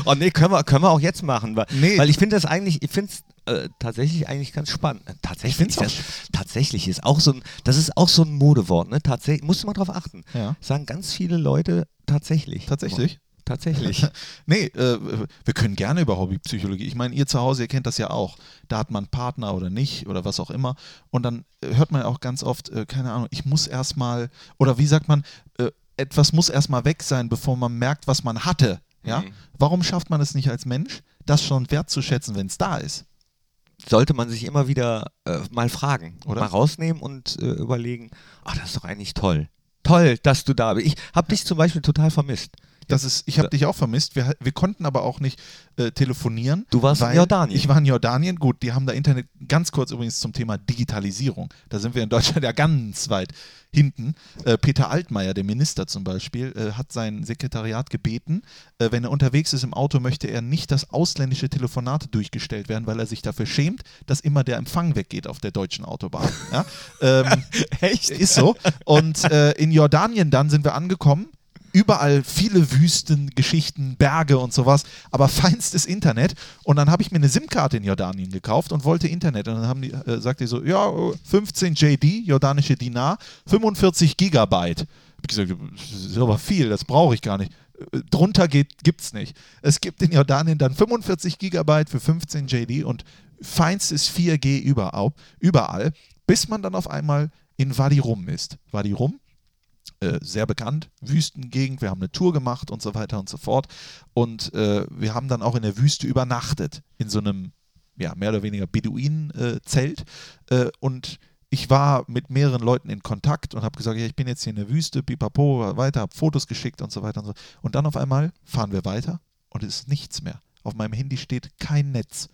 oh nee, können wir, können wir auch jetzt machen, weil, Nee. weil ich finde das eigentlich, ich finde es äh, tatsächlich eigentlich ganz spannend. Äh, Tatsächlich, find's auch das, tatsächlich ist auch so ein, das ist auch so ein Modewort, ne? Tatsächlich, musst du mal drauf achten. Ja. Sagen ganz viele Leute tatsächlich. Tatsächlich? Tatsächlich. nee, äh, wir können gerne über Hobbypsychologie. Ich meine, ihr zu Hause, ihr kennt das ja auch. Da hat man einen Partner oder nicht oder was auch immer. Und dann äh, hört man auch ganz oft, äh, keine Ahnung, ich muss erstmal, oder wie sagt man, äh, etwas muss erstmal weg sein, bevor man merkt, was man hatte. Ja? Warum schafft man es nicht als Mensch, das schon wertzuschätzen, wenn es da ist? sollte man sich immer wieder äh, mal fragen, Oder? mal rausnehmen und äh, überlegen, ach, das ist doch eigentlich toll. Toll, dass du da bist. Ich habe dich zum Beispiel total vermisst. Das ist, ich habe dich auch vermisst. Wir, wir konnten aber auch nicht äh, telefonieren. Du warst in weil- Jordanien. Ich war in Jordanien. Gut, die haben da Internet. Ganz kurz übrigens zum Thema Digitalisierung. Da sind wir in Deutschland ja ganz weit hinten. Äh, Peter Altmaier, der Minister zum Beispiel, äh, hat sein Sekretariat gebeten, äh, wenn er unterwegs ist im Auto, möchte er nicht, dass ausländische Telefonate durchgestellt werden, weil er sich dafür schämt, dass immer der Empfang weggeht auf der deutschen Autobahn. Ja? Ähm, Echt? Ist so. Und äh, in Jordanien dann sind wir angekommen. Überall viele Wüsten, Geschichten, Berge und sowas, aber feinstes Internet. Und dann habe ich mir eine SIM-Karte in Jordanien gekauft und wollte Internet. Und dann haben die, äh, sagt die so: Ja, äh, 15 JD, jordanische Dinar, 45 Gigabyte. Hab ich gesagt: Das ist aber viel, das brauche ich gar nicht. Äh, Drunter geht, gibt's nicht. Es gibt in Jordanien dann 45 Gigabyte für 15 JD und feinstes 4G überall, überall bis man dann auf einmal in Wadi Rum ist. Wadi Rum, äh, sehr bekannt, Wüstengegend, wir haben eine Tour gemacht und so weiter und so fort. Und äh, wir haben dann auch in der Wüste übernachtet, in so einem, ja, mehr oder weniger Beduinen-Zelt. Äh, und ich war mit mehreren Leuten in Kontakt und habe gesagt, ja, ich bin jetzt hier in der Wüste, pipapo, weiter, habe Fotos geschickt und so weiter und so. Und dann auf einmal fahren wir weiter und es ist nichts mehr. Auf meinem Handy steht kein Netz.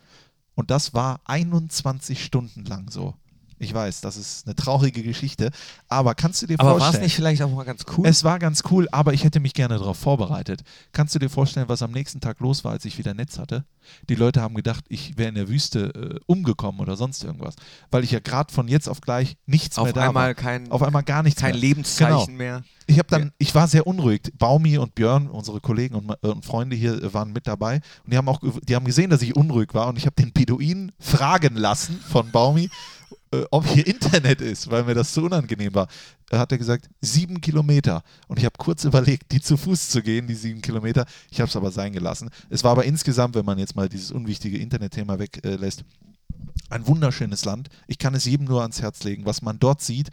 Und das war 21 Stunden lang so. Ich weiß, das ist eine traurige Geschichte, aber kannst du dir Aber war es vorstellen... nicht vielleicht auch mal ganz cool? Es war ganz cool, aber ich hätte mich gerne darauf vorbereitet. Kannst du dir vorstellen, was am nächsten Tag los war, als ich wieder Netz hatte? Die Leute haben gedacht, ich wäre in der Wüste äh, umgekommen oder sonst irgendwas, weil ich ja gerade von jetzt auf gleich nichts Auf mehr da einmal war. kein- auf einmal gar nichts Kein mehr. Lebenszeichen Genau. mehr. Ich habe dann, ich war sehr unruhig. Baumi und Björn, unsere Kollegen und, äh, und Freunde hier, äh, waren mit dabei und die haben auch, gew- die haben gesehen, dass ich unruhig war und ich habe den Beduinen fragen lassen von Baumi, äh, ob hier Internet ist, weil mir das so unangenehm war. Da hat er gesagt, sieben Kilometer und ich habe kurz überlegt, die zu Fuß zu gehen, die sieben Kilometer. Ich habe es aber sein gelassen. Es war aber insgesamt, wenn man jetzt mal dieses unwichtige Internetthema weglässt, ein wunderschönes Land. Ich kann es jedem nur ans Herz legen, was man dort sieht.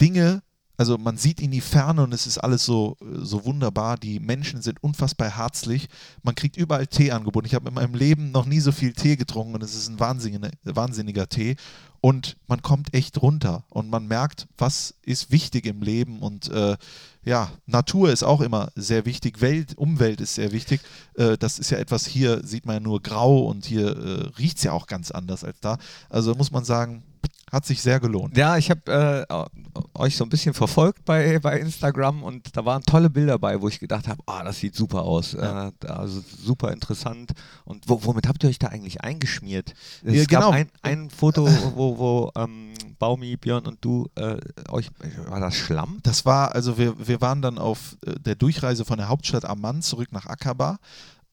Dinge Also man sieht in die Ferne und es ist alles so, so wunderbar. Die Menschen sind unfassbar herzlich. Man kriegt überall Tee angeboten. Ich habe in meinem Leben noch nie so viel Tee getrunken und es ist ein wahnsinniger, wahnsinniger Tee. Und man kommt echt runter und man merkt, was ist wichtig im Leben. Und äh, ja, Natur ist auch immer sehr wichtig, Welt, Umwelt ist sehr wichtig. Äh, das ist ja etwas, hier sieht man ja nur grau und hier äh, riecht es ja auch ganz anders als da. Also muss man sagen, hat sich sehr gelohnt. Ja, ich habe äh, euch so ein bisschen verfolgt bei, bei Instagram und da waren tolle Bilder bei, wo ich gedacht habe, ah, das sieht super aus. Äh, also super interessant. Und wo, womit habt ihr euch da eigentlich eingeschmiert? Es Ja, genau. gab ein, ein Foto, wo, wo ähm, Baumi, Björn und du äh, euch, war das Schlamm? Das war, also wir, wir waren dann auf äh, der Durchreise von der Hauptstadt Amman zurück nach Akaba.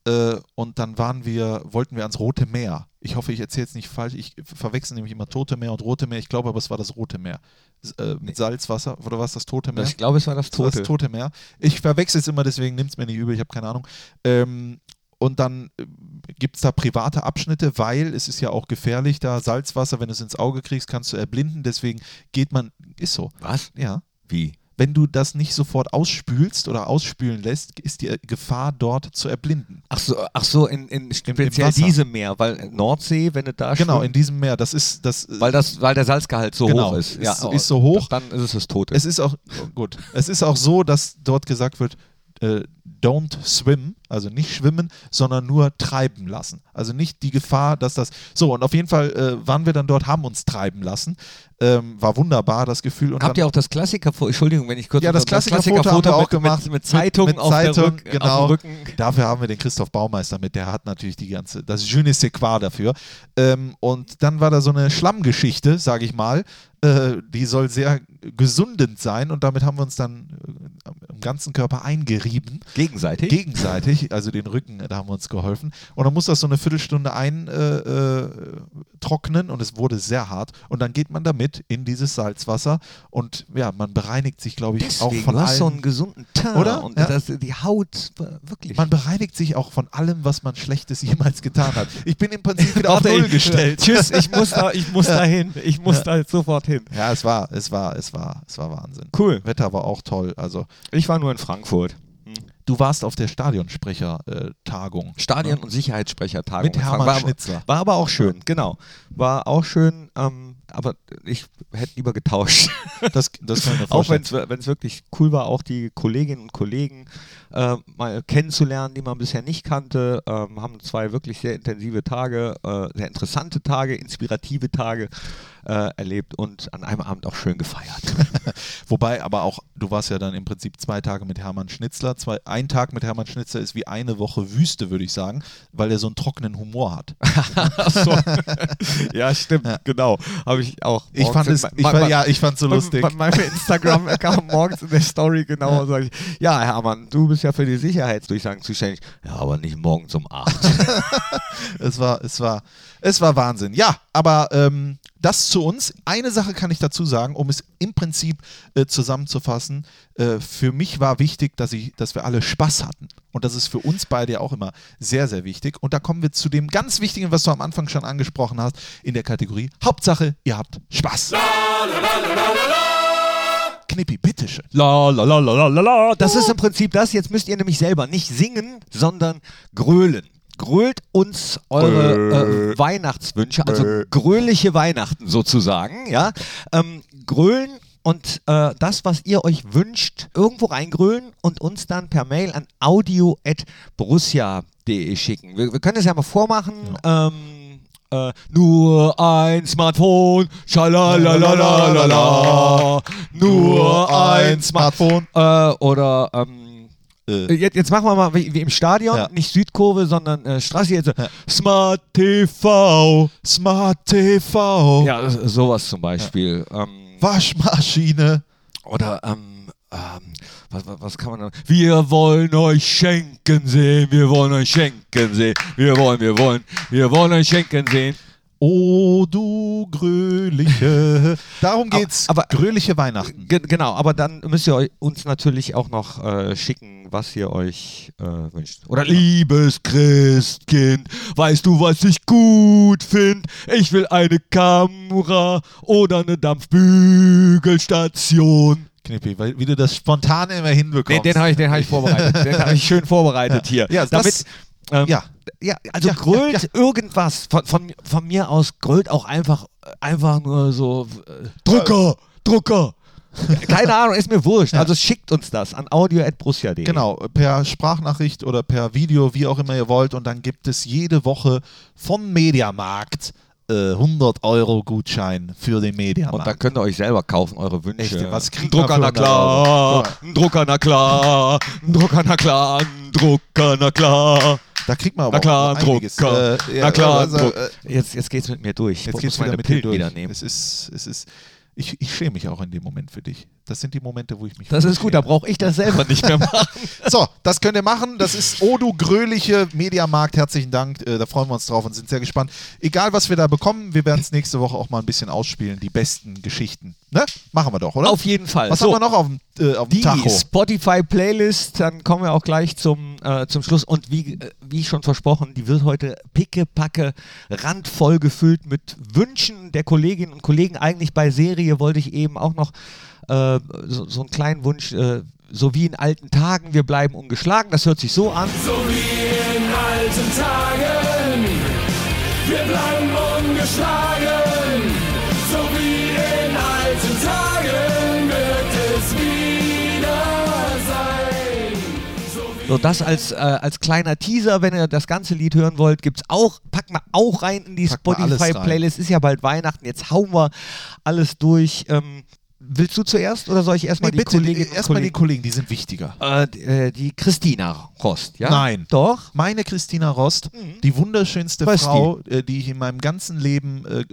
Äh, und dann waren wir, wollten wir ans Rote Meer. Ich hoffe, ich erzähle jetzt nicht falsch. Ich verwechsel nämlich immer Tote Meer und Rote Meer. Ich glaube aber, es war das Rote Meer. S- Äh, mit Salzwasser. Oder war es das Tote Meer? Ich glaube, es war das Das Tote. Das Tote Meer. Ich verwechsel es immer, deswegen nimmt es mir nicht übel, ich habe keine Ahnung. Ähm, und dann gibt es da private Abschnitte, weil es ist ja auch gefährlich, da Salzwasser, wenn du es ins Auge kriegst, kannst du erblinden. Deswegen geht man, ist so, Was? ja Wie? wenn du das nicht sofort ausspülst oder ausspülen lässt, ist die Gefahr dort zu erblinden. Ach so, ach so in, in speziell Wasser. diesem Meer, weil Nordsee, wenn du da Genau, in schwimmst, diesem Meer. Das ist das. weil, das, weil der Salzgehalt so Genau, hoch ist. oh, ist- ist so hoch. Dann ist es das Tote. es ist auch gut. Es ist auch so, dass dort gesagt wird, äh, don't swim, also nicht schwimmen, sondern nur treiben lassen. Also nicht die Gefahr, dass das. So und auf jeden Fall äh, waren wir dann dort, haben uns treiben lassen. Ähm, war wunderbar das Gefühl. Und Habt dann, ihr auch das Klassikerfoto? Entschuldigung, wenn ich kurz. ja, das unterbreche. Klassikerfoto haben wir auch mit, gemacht. Mit, mit Zeitung, mit, mit auf, der Zeitung Rück, genau. auf dem Rücken. Dafür haben wir den Christoph Baumeister mit, der hat natürlich die ganze, das je ne sais quoi dafür. Ähm, und dann war da so eine Schlammgeschichte, sage ich mal, äh, die soll sehr gesundend sein und damit haben wir uns dann äh, am ganzen Körper eingerieben, Gegenseitig. gegenseitig, also den Rücken, da haben wir uns geholfen. Und dann muss das so eine Viertelstunde eintrocknen äh, trocknen und es wurde sehr hart und dann geht man damit in dieses Salzwasser und ja, man bereinigt sich, glaube ich, auch Deswegen, von du hast allen so einen gesunden Teint Oder? und Ja. das, die Haut, äh, wirklich. Man bereinigt sich auch von allem, was man Schlechtes jemals getan hat. Ich bin im Prinzip wieder auf Null ich- gestellt. Tschüss, ich muss da, ich muss da hin. Ich muss da jetzt sofort hin. Ja, es war, es war, es war, es war Wahnsinn. Cool. Wetter war auch toll. Also, Ich war nur in Frankfurt. du warst auf der äh, Stadionsprecher-Tagung. Stadion- und Sicherheitssprechertagung. Mit in Hermann Frankfurt. Schnitzer. War aber auch schön, genau. War auch schön, ähm, aber ich hätte lieber getauscht. Das, das kann ich mir Auch wenn vorstellen. es wirklich cool war, auch die Kolleginnen und Kollegen äh, mal kennenzulernen, die man bisher nicht kannte. Ähm, haben zwei wirklich sehr intensive Tage, äh, sehr interessante Tage, inspirative Tage äh, erlebt und an einem Abend auch schön gefeiert. Wobei aber auch, du warst ja dann im Prinzip zwei Tage mit Hermann Schnitzler. Zwei, ein Tag mit Hermann Schnitzler ist wie eine Woche Wüste, würde ich sagen, weil er so einen trockenen Humor hat. Ach so. ja, stimmt, genau. Habe ich auch. Ich fand es, ich, fand- ja, ich fand es so lustig. Bei meinem Instagram-Account morgens in der Story genau sage ich, ja Hermann, du bist ja für die Sicherheitsdurchsagen zuständig. Ja, aber nicht morgens um 8. Es war, es war, es war Wahnsinn. Ja, aber ähm, das zu uns. Eine Sache kann ich dazu sagen, um es im Prinzip äh, zusammenzufassen. Äh, für mich war wichtig, dass ich, dass wir alle Spaß hatten. Und das ist für uns beide ja auch immer sehr, sehr wichtig. Und da kommen wir zu dem ganz Wichtigen, was du am Anfang schon angesprochen hast, in der Kategorie Hauptsache, ihr habt Spaß. Knippi, bitteschön. la, la, la, la, la, la, la. Das ist im Prinzip das. Jetzt müsst ihr nämlich selber nicht singen, sondern grölen. Grölt uns eure äh, Weihnachtswünsche, also gröhliche Weihnachten sozusagen, ja. Ähm, grölen und äh, das, was ihr euch wünscht, irgendwo reingrölen und uns dann per Mail an audio.borussia.de schicken. Wir, wir können das ja mal vormachen. Ähm, äh, nur ein Smartphone, schalalalala, nur ein Smartphone. Smartphone. Äh, oder ähm, Äh. jetzt, jetzt machen wir mal wie, wie im Stadion, Ja. nicht Südkurve, sondern äh, Straße. Jetzt, Smart TV. Smart TV. Ja, so- sowas zum Beispiel. Ähm, Waschmaschine. oder ähm, ähm, was, was, was kann man da? Wir wollen euch schenken sehen, wir wollen euch schenken sehen, wir wollen, wir wollen, wir wollen euch schenken sehen. Oh, du Gröliche. Darum geht's. aber- Gröliche Weihnachten. Ge- genau, aber dann müsst ihr euch, uns natürlich auch noch äh, schicken, was ihr euch äh, wünscht. Oder liebes Christkind, weißt du, was ich gut finde? Ich will eine Kamera oder eine Dampfbügelstation. Knippi, weil, wie du das spontan immer hinbekommst. Den, den habe ich, den hab ich vorbereitet. Den habe ich schön vorbereitet hier. Ja, das- damit. ähm, ja. ja, also Ja, grölt ja, irgendwas. Von, von, von mir aus grölt auch einfach, einfach nur so äh, Drucker, Drucker. Keine Ahnung, ist mir wurscht. Also schickt uns das an audio.brussia.de. Genau, per Sprachnachricht oder per Video, wie auch immer ihr wollt. Und dann gibt es jede Woche von Mediamarkt äh, 100 Euro Gutschein für den Mediamarkt. Und dann könnt ihr euch selber kaufen, eure Wünsche. Echt, was kriegt Ein Drucker, man für na 100 Euro? klar. Guck Ein Drucker, na klar. Ein Drucker, na klar. Ein Drucker, na klar. da kriegt man aber Na klar, auch ein einiges. Drucker. Äh, ja, na klar, also, ein Druck. äh, Jetzt, jetzt geht's mit mir durch. Jetzt Muss geht's meine wieder mit dir Pillen durch. wieder nehmen. Es ist, es ist, ich, ich schäme mich auch in dem Moment für dich. Das sind die Momente, wo ich mich. Das für ist dich gut, da schäme. brauche ich das selber nicht mehr machen. So, das könnt ihr machen. Das ist Odu Gröliche Mediamarkt. Herzlichen Dank. Äh, da freuen wir uns drauf und sind sehr gespannt. Egal, was wir da bekommen, wir werden es nächste Woche auch mal ein bisschen ausspielen. Die besten Geschichten. Ne? Machen wir doch, oder? Auf jeden Fall. Was So. haben wir noch auf dem, äh, auf dem Die Tacho? Spotify-Playlist, dann kommen wir auch gleich zum, äh, zum Schluss. Und wie, äh, wie schon versprochen, die wird heute pickepacke randvoll gefüllt mit Wünschen der Kolleginnen und Kollegen. Eigentlich bei Serie wollte ich eben auch noch äh, so, so einen kleinen Wunsch, äh, so wie in alten Tagen, wir bleiben ungeschlagen. Das hört sich so an. So, das als, äh, als kleiner Teaser, wenn ihr das ganze Lied hören wollt, gibt's auch, packen wir auch rein in die Packen wir alles Spotify-Playlist. Ist ja bald Weihnachten, jetzt hauen wir alles durch. Ähm, willst du zuerst oder soll ich Nee, erstmal äh, die bitte, äh, Kollegin erstmal die Kollegen, die sind wichtiger. äh, die- äh, die Christina Rost, ja? Nein. Doch? Meine Christina Rost, Mhm. die wunderschönste Rösti. Frau, äh, die ich in meinem ganzen Leben äh,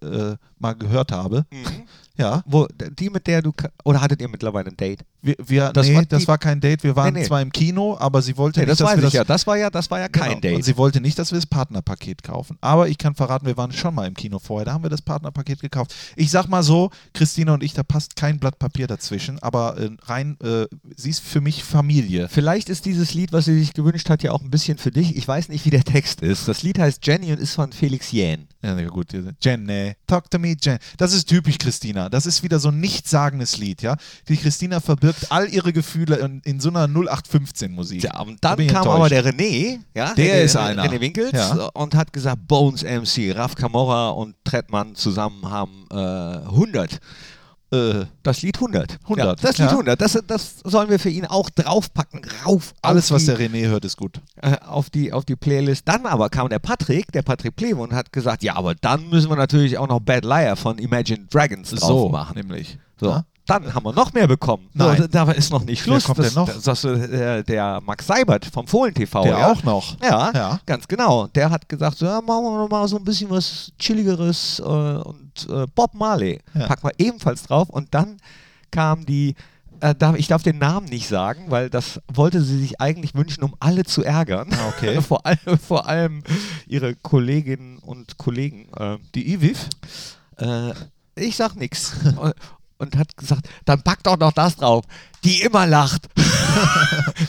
äh, äh, mal gehört habe. Mhm. Ja. Wo, die, mit der du. ka- Oder hattet ihr mittlerweile ein Date? Wir, wir, Das nee, war die- das war kein Date. Wir waren Nee, nee. zwar im Kino, aber sie wollte Nee, nicht, das dass weiß wir ich das, ja. Das war ja, das war ja kein Genau. Und Date. sie wollte nicht, dass wir das Partnerpaket kaufen. Aber ich kann verraten, wir waren schon mal im Kino vorher. Da haben wir das Partnerpaket gekauft. Ich sag mal so, Christina und ich, da passt kein Blatt Papier dazwischen. Aber äh, rein, äh, sie ist für mich Familie. Vielleicht ist dieses Lied, was sie sich gewünscht hat, ja auch ein bisschen für dich. Ich weiß nicht, wie der Text ist. Das Lied heißt Jenny und ist von Felix Jähn. Ja, na gut. Jen, nee. Talk to me, Jen. Das ist typisch Christina. Das ist wieder so ein nichtssagendes Lied, ja. Die Christina verbirgt all ihre Gefühle in, in so einer 0815-Musik. Ja, und dann kam aber der René, ja, Der René, ist einer. René Winkels, Ja. und hat gesagt, Bones MC, Raf Camora und Trettmann zusammen haben äh, 100. Äh, Das Lied 100. 100, Ja, das Lied ja. 100. Das, das sollen wir für ihn auch draufpacken. Rauf. auf alles, was die- der René hört, ist gut. äh, auf die, auf die Playlist. Dann aber kam der Patrick, der Patrick Plewe, und hat gesagt, ja, aber dann müssen wir natürlich auch noch Bad Liar von Imagine Dragons drauf so machen. Nämlich. So. Ja? Dann haben wir noch mehr bekommen. Nein. So, da da ist noch nicht Wer Schluss. kommt das, denn noch? Das, das, äh, der Max Seibert vom Fohlen TV. Der ja? auch noch. Ja, Ja. ganz genau. Der hat gesagt, so, ja, machen wir noch mal so ein bisschen was Chilligeres äh, und äh, Bob Marley Ja. packen wir ebenfalls drauf. Und dann kam die, äh, darf, ich darf den Namen nicht sagen, weil das wollte sie sich eigentlich wünschen, um alle zu ärgern. Ah, okay. vor, allem, vor allem ihre Kolleginnen und Kollegen. Äh, Die Iviv? äh, ich sag nix. Und- Und hat gesagt, dann pack doch noch das drauf, die immer lacht.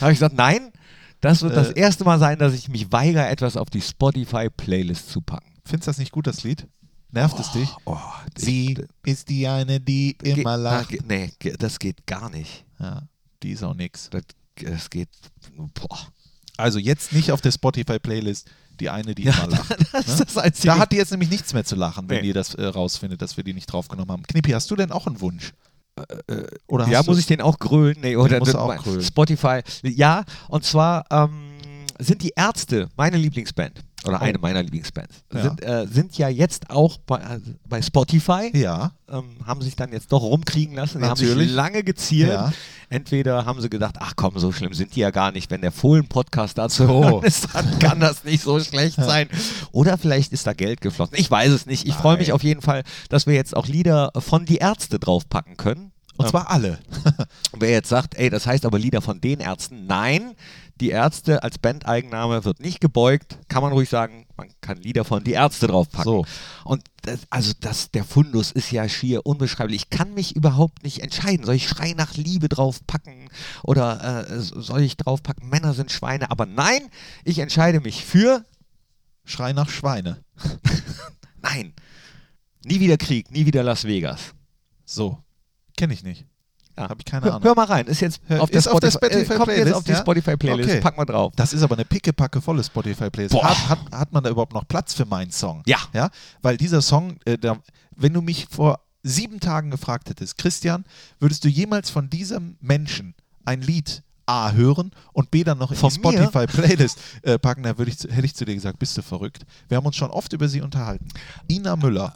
habe ich gesagt, nein, das wird das erste Mal sein, dass ich mich weigere, etwas auf die Spotify-Playlist zu packen. Findest du das nicht gut, das Lied? Nervt es dich? Oh, Sie ist die eine, die Ge- immer lacht. Ah, ge- nee, ge- das geht gar nicht. Ja, die ist auch nix. Das, das geht. Boah. Also jetzt nicht auf der Spotify-Playlist die eine, die immer lacht. Das Ne? ist das Einzige. Da hat die jetzt nämlich nichts mehr zu lachen, wenn Nee. ihr das äh, rausfindet, dass wir die nicht draufgenommen haben. Knippi, hast du denn auch einen Wunsch? Oder Äh, ja, hast muss du- ich den auch grölen? Nee, oder musst du das- auch grölen. Spotify. Ja, und zwar ähm, sind die Ärzte meine Lieblingsband. Oder eine meiner Lieblingsbands. Oh. Ja. Sind, äh, sind ja jetzt auch bei, äh, bei Spotify. Ja. Ähm, haben sich dann jetzt doch rumkriegen lassen. Die haben Natürlich. sich lange geziert. Ja. Entweder haben sie gedacht, ach komm, so schlimm sind die ja gar nicht. Wenn der Fohlen-Podcast dazu So. hören ist, dann kann das nicht so schlecht sein. Oder vielleicht ist da Geld geflossen. Ich weiß es nicht. Ich freue mich auf jeden Fall, dass wir jetzt auch Lieder von die Ärzte draufpacken können. Und Ähm, zwar alle. Wer jetzt sagt, ey, das heißt aber Lieder von den Ärzten, nein, die Ärzte als Bandeigname wird nicht gebeugt, kann man ruhig sagen, man kann Lieder von die Ärzte draufpacken. So. Und das, also das, der Fundus ist ja schier unbeschreiblich. Ich kann mich überhaupt nicht entscheiden. Soll ich Schrei nach Liebe draufpacken oder äh, soll ich draufpacken, Männer sind Schweine? Aber nein, ich entscheide mich für Schrei nach Schweine. nein. Nie wieder Krieg, nie wieder Las Vegas. So. Kenne ich nicht. Ja. Habe ich keine Hör, Ahnung. hör mal rein, ist jetzt Hör- auf der ist auf der Spotify, äh, kommt jetzt auf die ja? Spotify-Playlist, Okay. pack mal drauf. Das ist aber eine pickepacke volle Spotify-Playlist. Boah. Hat, hat, hat man da überhaupt noch Platz für meinen Song? Ja. ja? Weil dieser Song, äh, da, wenn du mich vor sieben Tagen gefragt hättest, Christian, würdest du jemals von diesem Menschen ein Lied A hören und B dann noch in Von die mir? Spotify-Playlist äh, packen, da würde ich, zu- hätte ich zu dir gesagt, bist du verrückt. Wir haben uns schon oft über sie unterhalten. Ina Müller.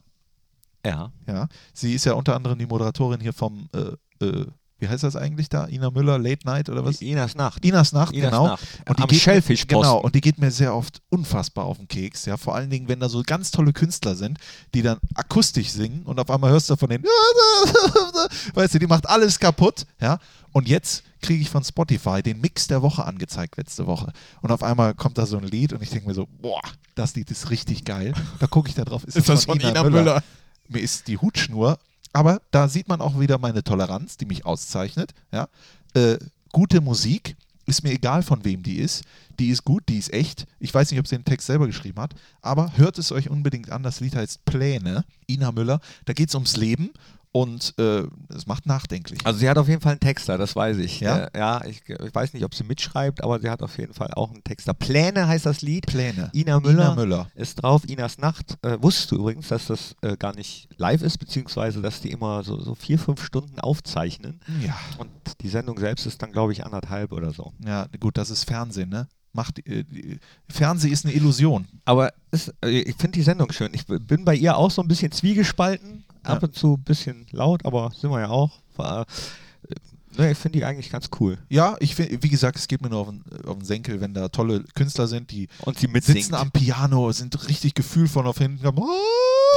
Ja. Ja, sie ist ja unter anderem die Moderatorin hier vom, äh, äh, wie heißt das eigentlich da? Ina Müller, Late Night oder was? Inas Nacht. Inas Nacht, Inas genau. Nacht. Am geht mir- Schellfischposten. Genau, und die geht mir sehr oft unfassbar auf den Keks. Ja, vor allen Dingen, wenn da so ganz tolle Künstler sind, die dann akustisch singen und auf einmal hörst du von denen, weißt du, die macht alles kaputt. Ja, und jetzt kriege ich von Spotify den Mix der Woche angezeigt letzte Woche. Und auf einmal kommt da so ein Lied und ich denke mir so, boah, das Lied ist richtig geil. Da gucke ich da drauf. Ist, das von Ina Müller? Mir ist die Hutschnur. Aber da sieht man auch wieder meine Toleranz, die mich auszeichnet. Ja? Äh, gute Musik, ist mir egal von wem die ist. Die ist gut, die ist echt. Ich weiß nicht, ob sie den Text selber geschrieben hat, aber hört es euch unbedingt an. Das Lied heißt Pläne, Ina Müller. Da geht es ums Leben und äh, es macht nachdenklich. Also sie hat auf jeden Fall einen Texter, das weiß ich. Ja? Äh, ja ich, ich weiß nicht, ob sie mitschreibt, aber sie hat auf jeden Fall auch einen Texter. Pläne heißt das Lied. Pläne. Ina Müller, Ina Müller. ist drauf. Inas Nacht. Äh, wusstest du übrigens, dass das äh, gar nicht live ist, beziehungsweise dass die immer so, so vier, fünf Stunden aufzeichnen. Ja. Und die Sendung selbst ist dann, glaube ich, anderthalb oder so. Ja, gut, das ist Fernsehen, ne? Macht, äh, die- Fernsehen ist eine Illusion. Aber es, äh, ich finde die Sendung schön. Ich b- bin bei ihr auch so ein bisschen zwiegespalten. Ab Ja. und zu ein bisschen laut, aber sind wir ja auch. Äh, ne, ich finde die eigentlich ganz cool. Ja, ich find, wie gesagt, es geht mir nur auf den, äh, auf den Senkel, wenn da tolle Künstler sind, die Und sie mitsingt. sitzen am Piano, sind richtig gefühlvoll auf hinten, haben,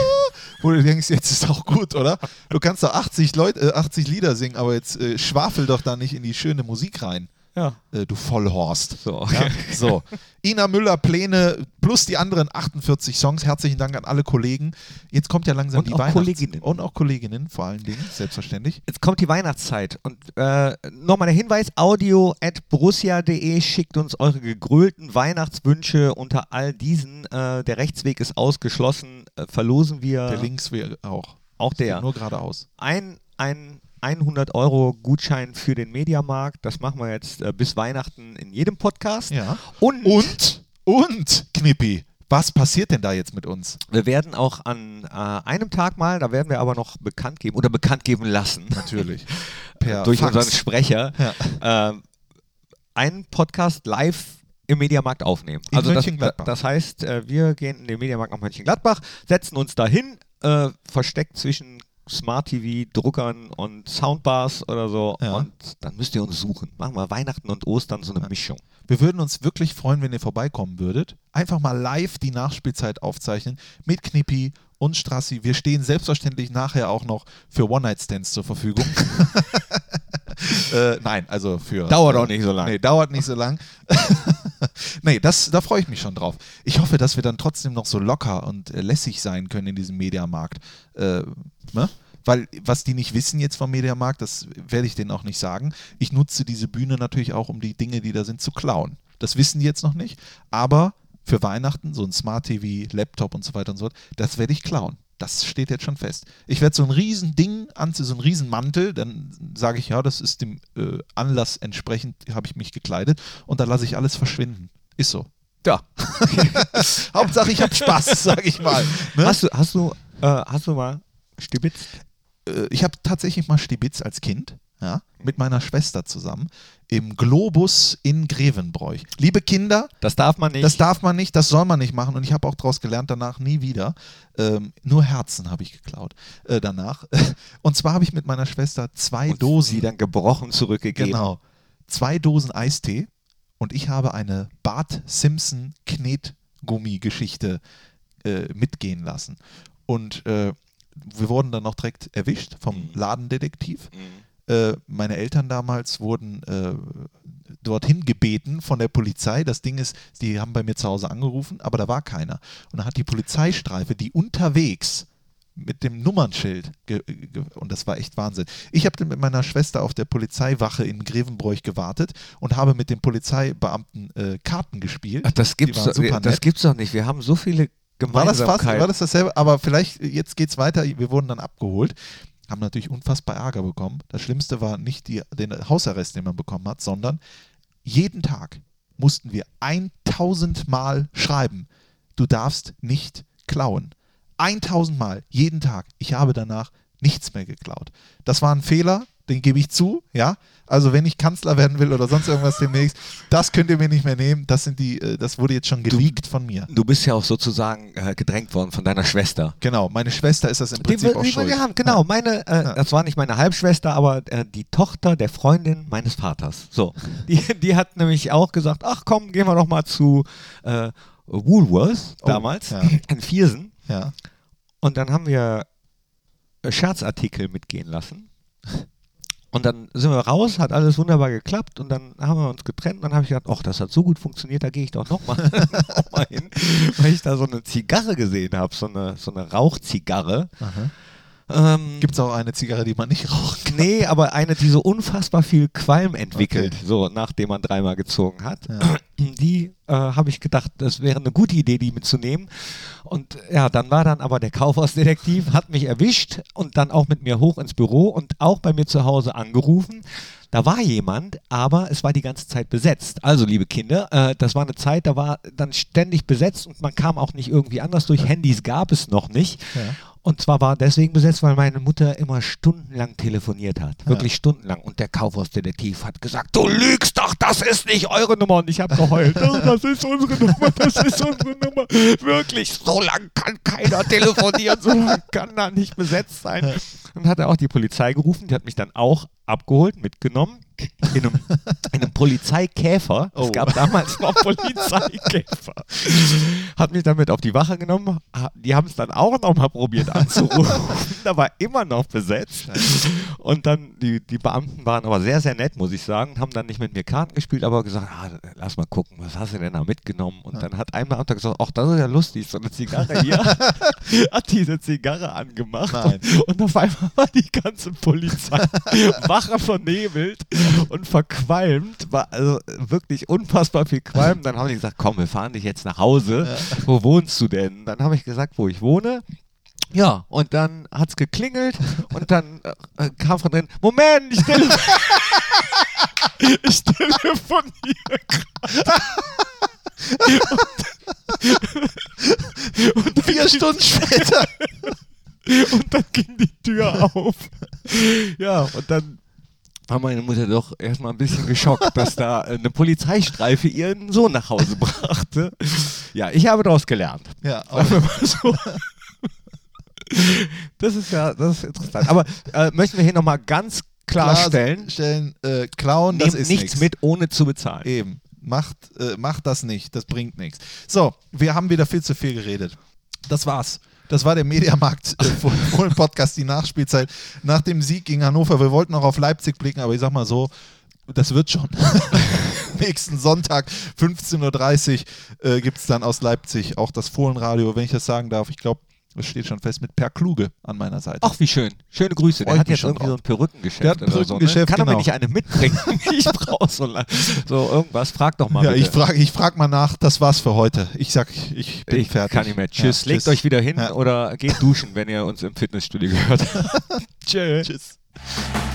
"Ah!" wo du denkst, jetzt ist auch gut, oder? Du kannst doch 80, Leut, äh, 80 Lieder singen, aber jetzt äh, schwafel doch da nicht in die schöne Musik rein, Ja. äh, du Vollhorst. So, Ja, so. Ina Müller, Pläne plus die anderen 48 Songs. Herzlichen Dank an alle Kollegen. Jetzt kommt ja langsam Und die auch Weihnachts- Kolleginnen. Und auch Kolleginnen, vor allen Dingen, selbstverständlich. Jetzt kommt die Weihnachtszeit und äh, nochmal der Hinweis, audio at borussia.de schickt uns eure gegrölten Weihnachtswünsche unter all diesen. Äh, der Rechtsweg ist ausgeschlossen, äh, verlosen wir Der Links wäre auch. auch Ja. der. Nur geradeaus. ein, ein 100 Euro Gutschein für den Mediamarkt, das machen wir jetzt äh, bis Weihnachten in jedem Podcast. Ja. Und, Und, und, Knippi, was passiert denn da jetzt mit uns? wir werden auch an äh, einem Tag mal, da werden wir aber noch bekannt geben oder bekannt geben lassen. Natürlich. Per Äh, durch Fax. unseren Sprecher ähm, einen Podcast live im Mediamarkt aufnehmen. Also In das, Mönchengladbach. das heißt, äh, wir gehen in den Mediamarkt nach Mönchengladbach, setzen uns dahin, äh, versteckt zwischen Smart TV, Druckern und Soundbars oder so. Ja. Und dann müsst ihr uns suchen. Machen wir Weihnachten und Ostern so eine Mischung. Wir würden uns wirklich freuen, wenn ihr vorbeikommen würdet. Einfach mal live die Nachspielzeit aufzeichnen mit Knippi und Strassi. Wir stehen selbstverständlich nachher auch noch für One-Night-Stands zur Verfügung. äh, nein, also für. Dauert auch nicht so lange. Nee, dauert nicht so lang. nee, das, da freue ich mich schon drauf. Ich hoffe, dass wir dann trotzdem noch so locker und äh, lässig sein können in diesem Mediamarkt. Äh, ne? Weil, was die nicht wissen jetzt vom Mediamarkt, das werde ich denen auch nicht sagen. Ich nutze diese Bühne natürlich auch, um die Dinge, die da sind, zu klauen. Das wissen die jetzt noch nicht. Aber für Weihnachten, so ein Smart TV, Laptop und so weiter und so fort, das werde ich klauen. Das steht jetzt schon fest. Ich werde so ein riesen Ding anziehen, so einen riesen Mantel, dann sage ich, ja, das ist dem äh, Anlass entsprechend, habe ich mich gekleidet und dann lasse ich alles verschwinden. Ist so. Ja. Hauptsache, ich habe Spaß, sage ich mal. Ne? Hast du, hast du, äh, hast du mal Stibitz? äh, ich habe tatsächlich mal Stibitz als Kind, ja, mit meiner Schwester zusammen, im Globus in Grevenbroich. Liebe Kinder, Das darf man nicht. das darf man nicht, das soll man nicht machen. Und ich habe auch daraus gelernt, danach nie wieder. Ähm, nur Herzen habe ich geklaut äh, danach. Und zwar habe ich mit meiner Schwester zwei und Dosen sie dann gebrochen zurückgegeben. Genau. Zwei Dosen Eistee und ich habe eine Bart Simpson Knetgummi-Geschichte äh, mitgehen lassen. Und äh, wir wurden dann auch direkt erwischt vom Ladendetektiv. Äh, meine Eltern damals wurden äh, dorthin gebeten von der Polizei. Das Ding ist, die haben bei mir zu Hause angerufen, aber da war keiner. Und da hat die Polizeistreife, die unterwegs mit dem Nummernschild. Ge ge und das war echt Wahnsinn. Ich habe dann mit meiner Schwester auf der Polizeiwache in Grevenbroich gewartet und habe mit dem Polizeibeamten äh, Karten gespielt. Ach, das Die gibt's, waren doch, super das nett. gibt's doch nicht. Wir haben so viele war das Gemeinsamkeiten. fast, war das dasselbe? Aber vielleicht, äh, jetzt geht's weiter. Wir wurden dann abgeholt. haben natürlich unfassbar Ärger bekommen. Das Schlimmste war nicht die, den Hausarrest, den man bekommen hat, sondern jeden Tag mussten wir 1000 Mal schreiben, du darfst nicht klauen. 1000 Mal, jeden Tag. Ich habe danach nichts mehr geklaut. Das war ein Fehler, den gebe ich zu, ja. Also wenn ich Kanzler werden will oder sonst irgendwas demnächst, das könnt ihr mir nicht mehr nehmen. Das sind die, äh, das wurde jetzt schon geleakt von mir. Du bist ja auch sozusagen äh, gedrängt worden von deiner Schwester. Genau, meine Schwester ist das im Prinzip wir- auch wir schuld. haben, genau, meine, äh, das war nicht meine Halbschwester, aber äh, die Tochter der Freundin meines Vaters. So, die, die hat nämlich auch gesagt, ach komm, gehen wir doch mal zu äh, Woolworth damals ja. in Viersen. Ja. Und dann haben wir äh, Scherzartikel mitgehen lassen. Und dann sind wir raus, hat alles wunderbar geklappt und dann haben wir uns getrennt. Und dann habe ich gedacht, ach, das hat so gut funktioniert, da gehe ich doch nochmal noch mal hin, weil ich da so eine Zigarre gesehen habe, so eine, so eine Rauchzigarre. Ähm, Gibt es auch eine Zigarre, die man nicht rauchen kann? nee, aber eine, die so unfassbar viel Qualm entwickelt, Okay. so nachdem man dreimal gezogen hat. Ja. Die äh, habe ich gedacht, das wäre eine gute Idee, die mitzunehmen. Und ja, dann war dann aber der Kaufhausdetektiv, hat mich erwischt und dann auch mit mir hoch ins Büro und auch bei mir zu Hause angerufen. Da war jemand, aber es war die ganze Zeit besetzt. Also, liebe Kinder, äh, das war eine Zeit, da war dann ständig besetzt und man kam auch nicht irgendwie anders durch. Handys gab es noch nicht. Und zwar war deswegen besetzt, weil meine Mutter immer stundenlang telefoniert hat. Wirklich stundenlang. Und der Kaufhausdetektiv hat gesagt, du lügst doch, das ist nicht eure Nummer. Und ich habe geheult. Oh, das ist unsere Nummer, das ist unsere Nummer. Wirklich, so lang kann keiner telefonieren, so lang kann da nicht besetzt sein. Und hat er auch die Polizei gerufen, die hat mich dann auch abgeholt, mitgenommen. In einem, in einem Polizeikäfer. Oh. Es gab damals noch Polizeikäfer. Hat mich damit auf die Wache genommen. Ha- Die haben es dann auch nochmal probiert anzurufen. da war immer noch besetzt. Und dann, die, die Beamten waren aber sehr, sehr nett, muss ich sagen. Haben dann nicht mit mir Karten gespielt, aber gesagt, ah, lass mal gucken, was hast du denn da mitgenommen? Und dann hat ein Beamter gesagt, ach, das ist ja lustig, so eine Zigarre hier. hat diese Zigarre angemacht. Nein. Und auf einmal war die ganze Polizei wacher vernebelt und verqualmt. War also wirklich unfassbar viel Qualm. Dann haben die gesagt, komm, wir fahren dich jetzt nach Hause. Wo wohnst du denn? Dann habe ich gesagt, wo ich wohne. Ja, und dann hat's geklingelt und dann äh, äh, kam von drin, Moment, ich, tele ich telefoniere Vier Stunden später. und dann ging die Tür auf. Ja, und dann war meine Mutter doch erstmal ein bisschen geschockt, dass da eine Polizeistreife ihren Sohn nach Hause brachte. Ja, ich habe daraus gelernt. Ja, Sagen wir mal so. Das ist ja, das ist interessant. Aber äh, möchten wir hier nochmal ganz klarstellen, Stellen, äh, klauen, das nehmt ist nichts nix. mit, ohne zu bezahlen. Eben. Macht, äh, macht das nicht, das bringt nichts. So, wir haben wieder viel zu viel geredet. Das war's. Das war der Mediamarkt äh, vor- vor dem Podcast, die Nachspielzeit. Nach dem Sieg gegen Hannover, wir wollten auch auf Leipzig blicken, aber ich sag mal so, das wird schon. Nächsten Sonntag, 15.30 Uhr, äh, gibt es dann aus Leipzig auch das Fohlenradio, wenn ich das sagen darf. Ich glaube, es steht schon fest mit Per Kluge an meiner Seite. Ach, wie schön. Schöne Grüße. Freut Der hat mich jetzt schon irgendwie drauf. so ein Perückengeschäft. Der hat ein oder So, ne? Perückengeschäft, Kann er mir genau. nicht eine mitbringen? ich brauche so, la- so irgendwas. Frag doch mal ja, bitte. ich frage ich frag mal nach, das war's für heute. Ich sag, ich bin ich fertig. kann nicht mehr. Tschüss. Ja, Legt euch wieder hin Ja. oder geht duschen, wenn ihr uns im Fitnessstudio gehört habt. Tschüss.